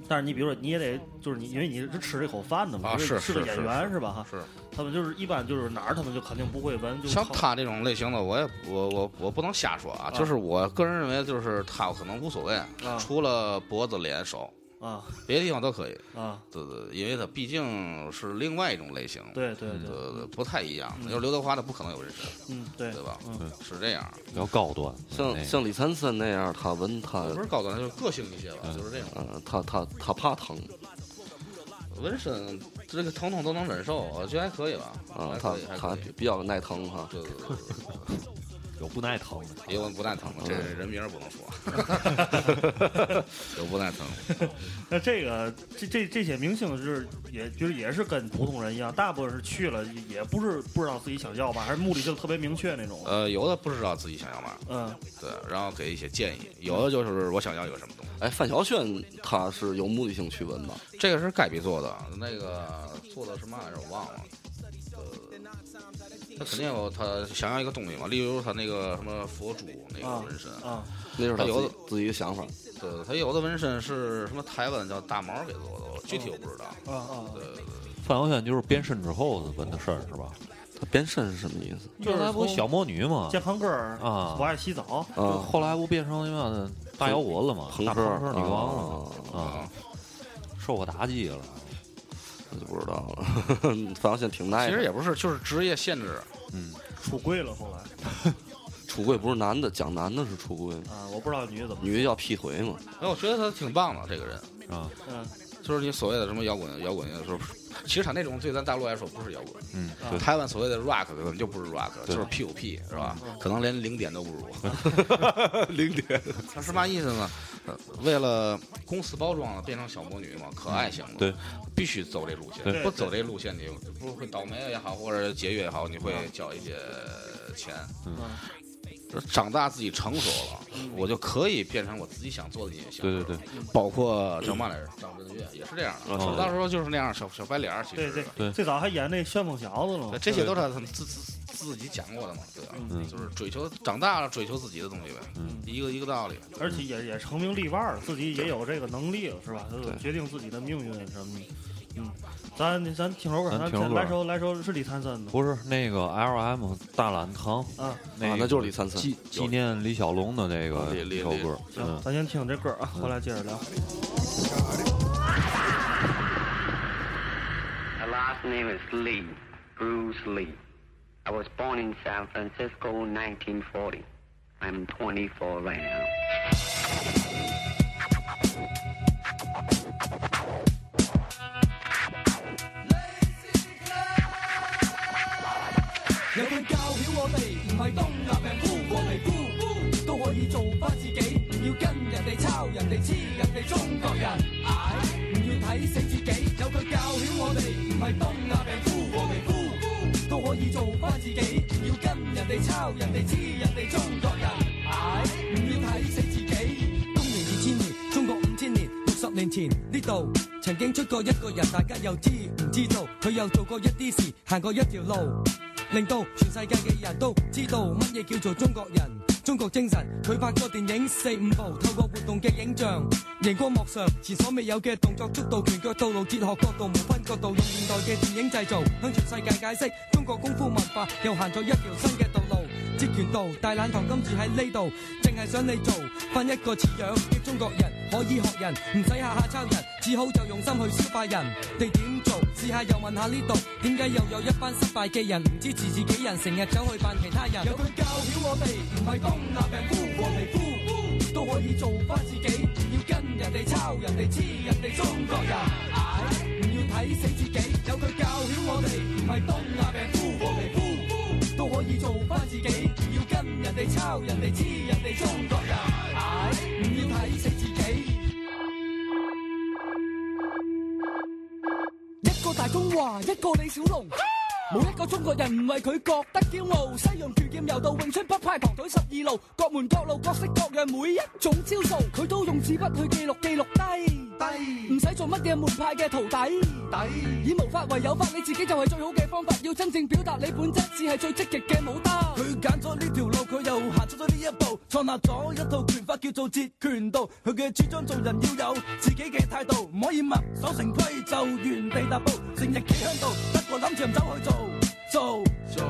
S4: 但是你比如说你也得就是你因为你是吃这口饭的嘛，
S5: 啊
S4: 你
S5: 是
S4: 个
S5: 是
S4: 演
S5: 是
S4: 员
S5: 是
S4: 是吧？哈，
S5: 是
S4: 他们就是一般就是哪儿他们就肯定不会纹，就是
S5: 像
S4: 靠
S5: 他这种类型的，我也我我我不能瞎说啊，
S4: 嗯
S5: 就是我个人认为，就是他可能无所谓，除了脖子、脸、手，
S4: 啊
S5: 别的地方都可以。
S4: 啊，
S5: 对对，对因为他毕竟是另外一种类型，
S4: 对对
S5: 嗯对对对，不太一样。要是刘德华，他不可能有纹身，
S4: 嗯对
S5: 对吧？是这样，
S6: 比较高端，
S7: 像像李三三那样，他纹他，
S5: 不是高端，就是个性一些吧，就是这种。
S7: 呃，他他他怕疼
S5: 纹身这个疼痛都能忍受，我觉得还可以吧，
S7: 啊
S5: 还，
S7: 他
S5: 可以，还
S7: 他
S5: 可以。
S7: 比较耐疼哈。
S5: 对对对对对
S6: 有不耐疼的，
S5: 也有不耐疼 的，这人名儿不能说
S4: 嗯。
S5: 有不耐疼，
S4: 那这个这这这些明星是也就是也是跟普通人一样，大部分是去了也不是不知道自己想要吧，还是目的性特别明确那种。
S5: 呃，有的不知道自己想要嘛，
S4: 嗯，
S5: 对，然后给一些建议，有的就是我想要一个什么东西，
S7: 哎，范晓萱她是有目的性去纹吧？
S5: 这个是盖比做的，那个做的什么来着我忘了，呃，他肯定有他想要一个东西嘛，例如他那个什么佛珠那个
S4: 啊
S5: 纹身，
S4: 啊，
S7: 那就是她
S5: 她有
S7: 自
S5: 的
S7: 己自己的想法。
S5: 对，他有的纹身是什么台湾叫大毛给做的，我具体我不知道，
S4: 啊啊，
S5: 对对对。
S6: 范晓萱就是变身之后纹的身儿是吧？
S7: 她变身是什么意思？
S6: 原来不
S4: 从
S6: 小魔女吗？
S4: 健康歌儿
S6: 啊
S4: 我爱洗澡，
S6: 就
S7: 啊，
S6: 后来不变成那的大摇滚了吗？
S7: 朋
S6: 大
S7: 克
S6: 朋克女王了吗
S7: 啊
S6: 啊，受过打击了。
S7: 我就不知道了。 范晓萱挺耐
S5: 其
S7: 的，
S5: 实也不是，就是职业限制。
S6: 嗯，
S4: 出柜了后来
S7: 出柜不是男的，讲男的是出柜，
S4: 啊，我不知道女的怎么，
S7: 女的叫劈腿嘛。
S5: 哎，我觉得他挺棒的，这个人，
S6: 啊，
S4: 嗯
S5: 就是你所谓的什么摇滚，摇滚乐就是， 其实他那种对咱大陆来说不是摇滚，
S6: 嗯，
S4: 对
S5: 台湾所谓的 rock 可能就不是 rock，
S6: 对嗯
S5: 就是 P 五 P 是吧？可能连零点都不如， 零点，那是嘛意思呢？呃为了公司包装了，变成小魔女嘛，可爱型的，
S6: 对，
S5: 必须走这路线，
S6: 对
S5: 不走这路线你不是会倒霉啊也好，或者节约也好，你会交一些钱。
S6: 嗯
S5: 长大自己成熟了，我就可以变成我自己想做的那些想法。
S6: 对对对，
S5: 包括叫嘛来着，张震岳也是这样的，
S6: 哦
S5: 到时候就是那样小小白脸儿，其
S4: 对
S5: 实
S4: 对
S6: 对
S4: 最早还演那旋风小子了嘛
S5: 呃对，这些都是他们自自自己讲过的嘛，对
S7: 啊
S5: 吧？
S6: 嗯
S5: 就是追求长大了追求自己的东西呗，
S6: 嗯
S5: 一个一个道理。
S4: 而且也也成名立万儿了，自己也有这个能力了，是吧？就
S7: 对
S4: 决定自己的命运什么的。嗯，咱咱听首歌，
S6: 咱
S4: 咱
S6: 听首歌
S4: 来首来首是李灿森的
S6: 不是那个 L M 大懒堂，
S4: 啊，
S6: 个
S7: 啊那就是李三三
S6: 纪纪念李小龙的这个
S7: 李李
S6: 一首歌，
S4: 行
S6: 嗯，，
S4: 咱先听这歌啊，回来接着聊。
S12: My last name is Lee, Bruce Lee. I was born in San Francisco, 1940. I'm 24 right now. 華一個李小龍。冇一個中國人唔為佢覺得驕傲，西洋拳劍柔道詠春北派唐腿十二路，各門各路各式各樣每一種招數，佢都用紙筆去記錄記錄低低，唔使做乜嘢門派嘅徒弟底，以無法為有法，你自己就係最好嘅方法，要真正表達你本質，只係最積極嘅武德。
S13: 佢揀咗呢條路，佢又行出咗呢一步，創立咗一套拳法叫做截拳道。佢嘅主張做人要有自己嘅態度，唔可以墨守成規就原地踏步，成日企響度，不過諗住唔走去做做做，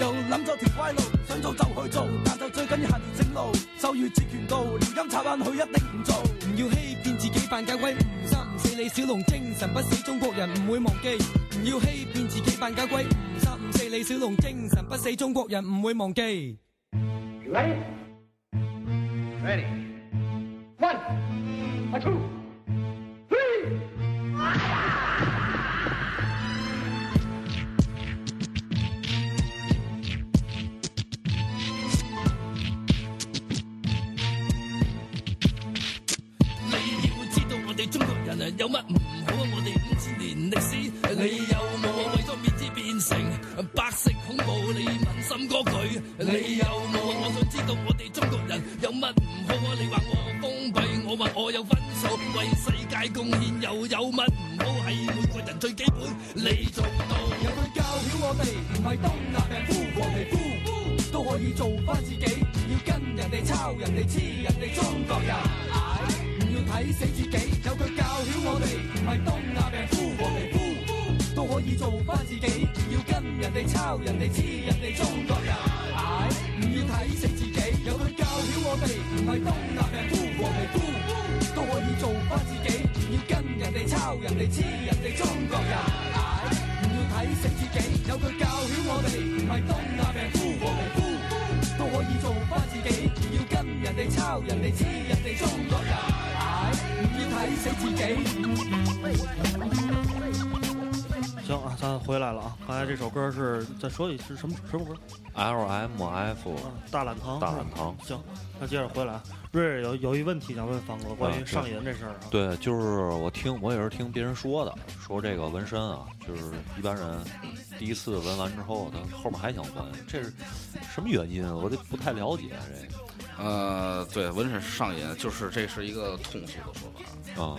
S13: 又諗咗條歪路，想做就去做，但就最緊要行條正路，就如截拳道，撩陰插眼佢一定唔做。
S12: 唔要欺騙自己扮假鬼，唔三唔四李小龍精神不死，中國人唔會忘記。唔要欺騙自己扮假鬼，唔三唔四李小龍精神不死，中國人唔會忘記。
S14: Ready? Ready. One, a two, three.
S12: 你要知道我哋中國人啊有乜唔好啊？我哋五千年歷史，你有冇啊為咗面子變成白色恐怖？你問心嗰句，你有冇啊？我想知道我哋中國人有乜唔好啊？你話我封閉，我話我有分數，為世界貢獻又有乜唔好？係每個人最基本，你做到。有佢教曉我哋，唔係東亞病夫，黃皮膚都可以做翻自己，要跟人哋抄人哋黐人哋中國人。唔要睇死自己，有佢教曉我哋，唔係東亞病夫，黃皮膚都可以做翻自己，要跟人哋抄人哋黐人哋中國人。唉唔要睇死自己，有佢教曉我哋，唔係東亞病夫，黃皮膚都可以做翻自己，要跟人哋抄人哋黐人哋中國人。唉唔要睇死自己，有佢教曉我哋，唔係東亞病夫，黃皮膚都可以做翻自己，要跟人哋抄人哋黐人哋中國人。唉唔要睇死自己。
S6: 嗯
S4: 行啊，咱回来了啊！刚才这首歌是再说一是什么什么歌？啊
S6: L M F
S7: 嗯
S4: 大懒堂。
S6: 大懒堂
S4: 行，那接着回来，啊瑞瑞有有一问题想问方哥，关于上瘾这事儿啊。
S6: 对，就是我听，我也是听别人说的，说这个纹身啊，就是一般人第一次纹完之后，他后面还想纹，这是什么原因啊？我这不太了解这个。
S7: 呃，对，纹身上瘾，就是这是一个通俗的说法
S6: 啊。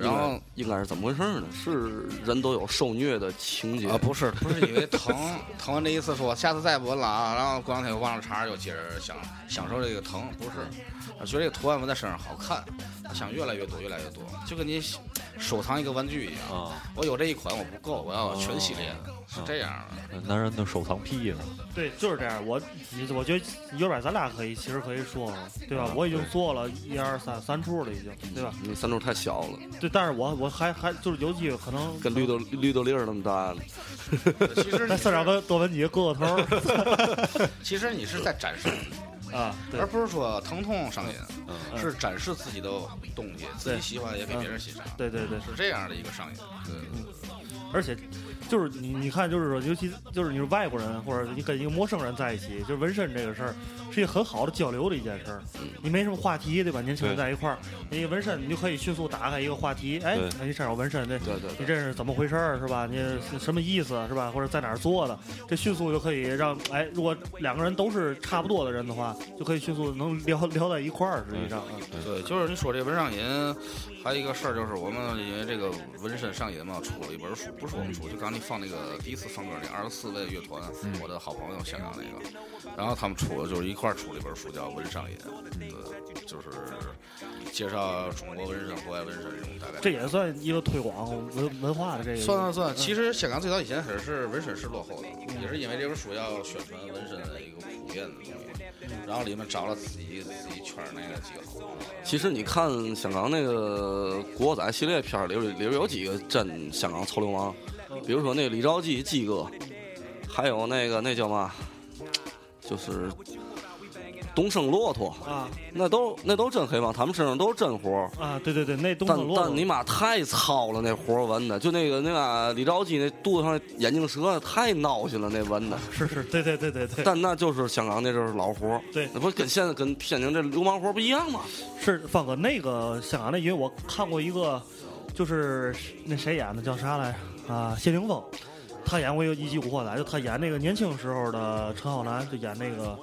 S7: 然后
S5: 应该是怎么回事呢？是人都有受虐的情节
S7: 啊，不是不是因为疼疼完这一次说下次再不纹了啊，然后过两天又忘了茬，又接着想享受这个疼，不是，啊觉得这个图案纹在身上好看，想越来越多越来越多，就跟你收藏一个玩具一样。我有这一款我不够，我要全系列的，是这样的。
S6: 男人的收藏癖呢？
S4: 对，就是这样。我你我觉得一会儿咱俩可以，其实可以说了，对吧？
S5: 嗯
S4: 我已经做了一二三三处了，已经，对吧？
S5: 你三柱太小了，
S4: 对，但是我我还还就是尤其可能
S5: 跟绿豆绿豆粒儿那么大了。
S7: 其 实
S4: 再上个多纹几个胳膊头儿。
S7: 其实你是在展示
S4: 啊，
S7: 而不是说疼痛上瘾，
S4: 嗯
S7: 是展示自己的东西，自己喜欢也给别人欣赏。
S4: 嗯对对对
S7: 是这样的一个上瘾。对，
S4: 而且就是你你看，就是说，尤其就是你是外国人，或者你跟一个陌生人在一起，就是纹身这个事儿，是一个很好的交流的一件事儿。你没什么话题，对吧？年轻人
S5: 嗯对
S4: 在一块儿，你纹身，你就可以迅速打开一个话题。哎
S5: 对，
S4: 那你身上有纹身，对
S5: 对对
S4: 你这是怎么回事儿，是吧？你是什么意思，是吧？或者在哪儿做的？这迅速就可以让哎，如果两个人都是差不多的人的话，就可以迅速能聊聊在一块儿。实际上，
S5: 嗯
S7: 对，就是你说这纹上瘾，还有一个事儿就是我们因为这个纹身上瘾嘛，出了一本书，不是我们出，就刚你放那个第一次放歌那二十四位乐团，
S4: 嗯
S7: 我的好朋友香港那个，然后他们出了就是一块儿出了一本书叫《纹上瘾》，对，就是介绍中国纹身、国外纹身这种大概。
S4: 这也算一个推广文文化的这个。
S7: 算啊
S5: 啊
S7: 算算，其实香港最早以前还是纹身是落后的，也是因为这本书要宣传纹身的一个普遍的东西，然后里面找了自己自己圈儿内的几个好朋友。
S5: 其实你看香港那个国仔系列片儿里边，里边有几个真香港臭流氓，比如说那个李兆基基哥，还有那个那叫嘛，就是东升骆驼
S4: 啊，
S5: 那都那都真黑帮，他们身上都是真活儿
S4: 啊，对对对，那东
S5: 但
S4: 方落
S5: 但你妈太糙了，那活儿纹的，就那个那个李兆基那肚子上那眼镜蛇太闹心了，那纹的。
S4: 是是，对对对对对。
S5: 但那就是香港，那就是老活儿
S4: 对，
S5: 那不跟现在跟天津这流氓活儿不一样吗？
S4: 是方哥，那个香港的，因为我看过一个，就是那谁演的叫啥来着？啊，谢霆锋，他演过一个《一级古惑仔》，就他演那个年轻时候的陈浩南，就演那个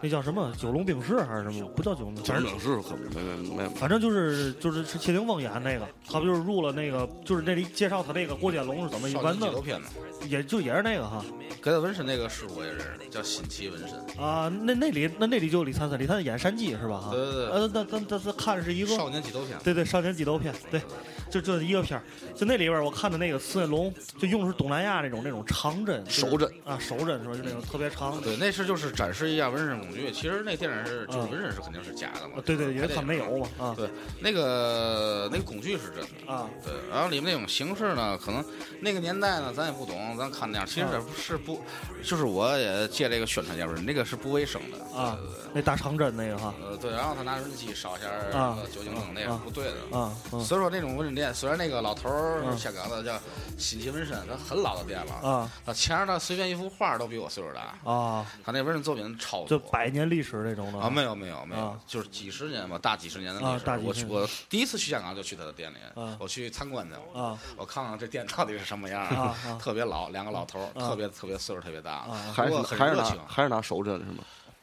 S4: 那叫什么《九龙冰室》还是什么？不叫九龙冰室，
S2: 反正是可没没没，
S4: 反正就是就是是谢霆锋演那个，他不就是入了那个，就是那里介绍他那个郭建龙是怎么一般
S5: 少年
S4: 的
S5: 纪录片嘛，
S4: 也就也是那个哈
S5: 给他纹身那个师傅我也认识，叫新奇纹身。
S4: 啊，那那里那那里就有李灿森，李灿森演山鸡是吧？哈，
S5: 对对对
S4: 呃，那那那那看着是一个
S5: 少年纪录片
S4: 对对，少年纪录片，对，就就一个片儿，就那里边儿我看的那个刺猬龙，就用的是东南亚那种那种长针、就是
S5: 手针
S4: 啊，手针是吧？就那种特别长的。
S5: 对，那是就是展示一下纹身工具。其实那电影是就是
S4: 嗯
S5: 纹身是肯定是假的嘛
S4: 啊。对对，因为
S5: 拍电
S4: 他
S5: 影
S4: 没有嘛啊。
S5: 对，那个那个工具是真的
S4: 啊。
S5: 对，然后里面那种形式呢，可能那个年代呢，咱也不懂，咱看那样，其实
S4: 啊
S5: 是不，就是我也借这个宣传一下纹身，那个是不卫生的。
S4: 啊，那大长针那个哈，
S5: 呃，对，然后他拿人机烧一下儿
S4: 啊
S5: 呃酒精灯，那也是不对的
S4: 啊啊
S5: 所以说那种纹身店，虽然那个老头儿
S4: 嗯
S5: 是香港的叫新奇纹身，他很老的店了
S4: 啊，
S5: 他前面呢随便一幅画都比我岁数大，
S4: 啊，
S5: 他那纹身作品超
S4: 就
S5: 多。
S4: 百年历史那种的
S5: 啊，没有没有没有
S4: 啊，
S5: 就是几十年吧，大几十年的
S4: 啊
S5: 历史
S4: 大。几
S5: 我
S4: 十
S5: 去，
S4: 年
S5: 我第一次去香港就去他的店里
S4: 啊，
S5: 我去参观去了。
S4: 啊
S5: 我看看这店到底是什么样
S4: 啊
S5: 儿
S4: 啊，
S5: 特别老，两个老头儿，
S4: 啊
S5: 特别特别岁数特别大
S4: 啊啊，
S5: 不
S2: 还是
S5: 过很
S2: 还是
S5: 热
S2: 拿
S5: 情。
S2: 还是拿手针是吗？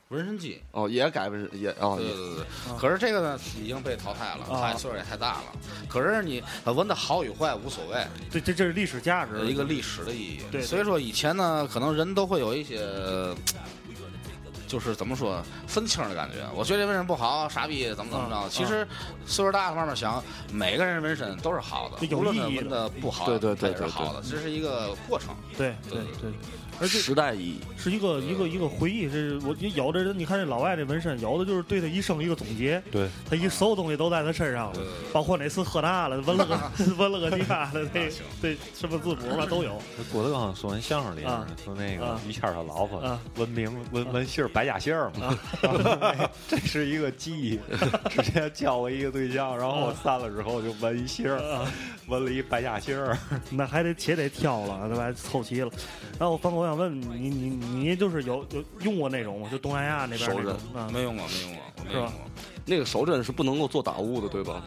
S5: 纹身机，
S2: 哦，也改纹身也哦，
S5: 对
S2: 也
S5: 对对，
S4: 啊
S5: 可是这个呢已经被淘汰了，
S2: 啊
S5: 他岁数也太大了。可是你呃纹的好与坏无所谓，
S4: 对，这这是历史价值，
S5: 有一个历史的意义。
S4: 对对
S5: 所以说以前呢，可能人都会有一些，呃就是怎么说分清的感觉。我觉得这纹身不好，傻逼怎么怎么
S4: 啊
S5: 着。其实岁数大了慢慢想，每个人纹身都是好的，
S4: 有
S5: 无论
S4: 意义
S5: 纹的不好，
S2: 对对对
S5: 它也是
S2: 对对
S5: 好的，这是一个过程。
S4: 对对对，而且
S2: 时代意义。
S4: 是一个一个一个回忆，是我有的人你看这老外这纹身，有的就是对他一生一个总结，
S6: 对
S4: 他一所有东西都在他身上了，包括哪次喝大 了，纹了个纹了个地下的那对什么字母吧都 有，
S6: 郭德纲说完相声里
S4: 啊
S6: 说那个
S4: 啊
S6: 于谦儿他老婆
S4: 啊
S6: 文明文文姓儿白假姓儿嘛， 这是一个记忆。之前交我一个对象，然后我散了之后就纹一姓
S4: 啊
S6: 儿，
S5: 嗯
S6: 纹了一白假姓儿。
S4: 那还得且得挑了，对吧？凑齐了。然后我翻过，我想问你，你你就是有有用过那种吗？就东南亚那边
S2: 手
S4: 那
S2: 针
S4: 种啊？
S5: 没用过，没用过，我没
S4: 是
S5: 用
S4: 吧
S5: 过。？
S2: 那个手针是不能够做打雾的，对吧？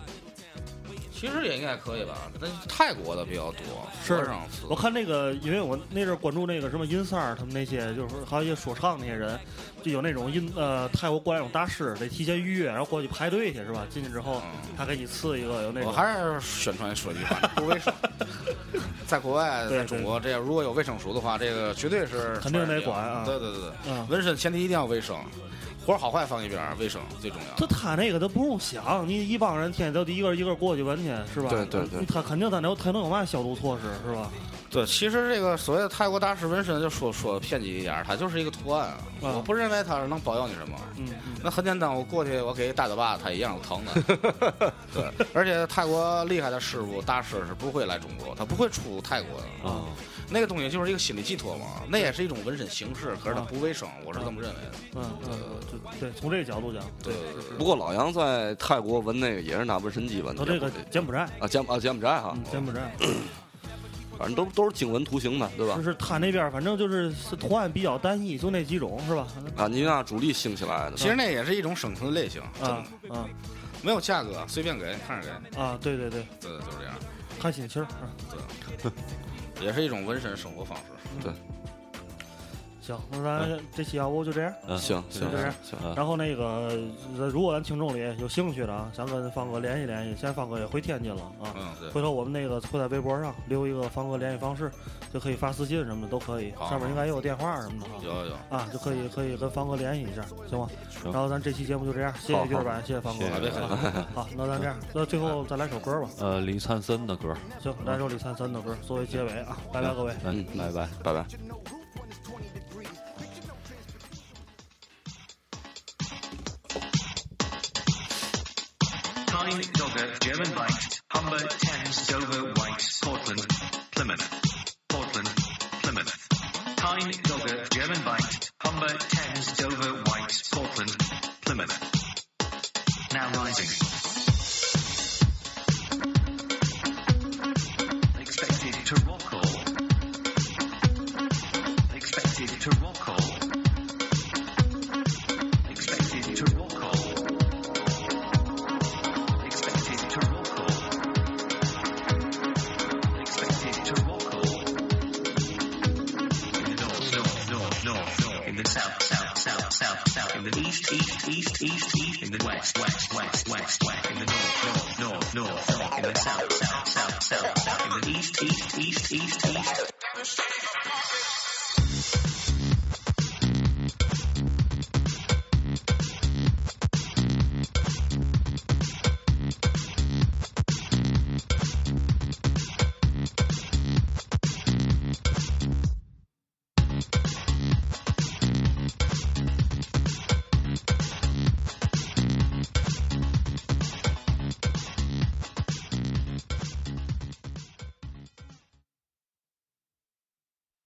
S5: 其实也应该可以吧，但是泰国的比较多，和
S4: 是
S5: 尚寺，
S4: 我看那个，因为我那阵儿关注那个什么音三儿他们那些，就是还有一些说唱那些人，就有那种音呃泰国过来那种大师，得提前预约，然后过去排队去是吧？进去之后，他给你刺一个，有那
S5: 嗯
S4: 种
S5: 我还是宣传说一句话，不卫生。 在国外，
S4: 对
S5: 在中国，这要如果有卫生署的话，这个绝对是
S4: 肯定得
S5: 传染病
S4: 管啊
S5: 对对对对
S4: 嗯，
S5: 纹身前提一定要卫生，活儿好坏放一边儿，卫生最重
S4: 他
S5: 要。
S4: 他那个他不用想，你一帮人天天都得一个一个过去闻去是吧？
S2: 对对对
S4: 他肯定他能他能有嘛消毒措施是吧？
S5: 对，其实这个所谓的泰国大师纹身，就说说偏激一点儿，它就是一个图案，啊我不认为它是能保佑你什么。
S4: 嗯嗯
S5: 那很简单，我过去我给一大嘴巴，它一样疼的。 对，而且泰国厉害的师傅大师是不会来中国，他不会出泰国的。
S6: 啊，
S5: 那个东西就是一个心理寄托嘛，那也是一种纹身形式，可是它不卫生，我是这么认为的。
S4: 嗯嗯，对对，从这个角度讲，
S5: 对，
S2: 不过老杨在泰国纹那个也是拿纹身机纹的。
S4: 他这个柬埔寨，嗯
S2: 啊柬啊柬埔寨哈，
S4: 柬埔寨。
S2: 反正都都是经文图形的，对吧
S4: 就？是他那边儿，反正就是是图案比较单一，就那几种是吧？
S2: 啊，尼亚主力兴起来的。
S5: 其实那也是一种生存类型，真的
S4: 啊啊
S5: 没有价格，随便给，看着给，
S4: 啊！对对对，
S5: 对，就是这样，
S4: 看心情儿。啊
S5: 对，也是一种纹身生活方式。
S2: 对，
S4: 行，那咱这期要不就这样？
S2: 嗯行
S4: 就
S2: 行
S4: 这样
S2: 行行。
S4: 然后那个，呃如果咱听众里有兴趣的啊，想跟方哥联系联系。现在方哥也回天津了啊，
S5: 嗯对
S4: 回头我们那个会在微博上留一个方哥联系方式，就可以发私信什么的都可以，
S5: 好
S4: 上面应该也有电话什么的啊。
S5: 有有，
S4: 啊，就可以可以跟方哥联系一下，行吗？然后咱这期节目就这样，谢
S6: 好
S4: 谢月
S6: 好
S4: 儿版，谢谢方哥
S6: 谢谢别，客气
S4: 啊好，那咱这样，那最后再来首歌吧，
S6: 呃，李灿森的歌，
S4: 行，来首李灿森的歌作为结尾啊，拜拜各位。
S6: 嗯，拜拜，
S2: 拜拜。
S7: Tyne, Dogger, German Bite, Humber, Thames, Dover, White, Portland, Plymouth, Portland, Plymouth. Tyne, Dogger, German Bite, Humber, Thames, Dover, White, Portland, Plymouth. Now rising. Expected to rock all. Expected to rock all. Expected to rock all expected to roll call. Expected to roll call. west, west, west, west. In the north, north, north, north, north. In the south, south, south, south, south. In the east, east, east, east, east.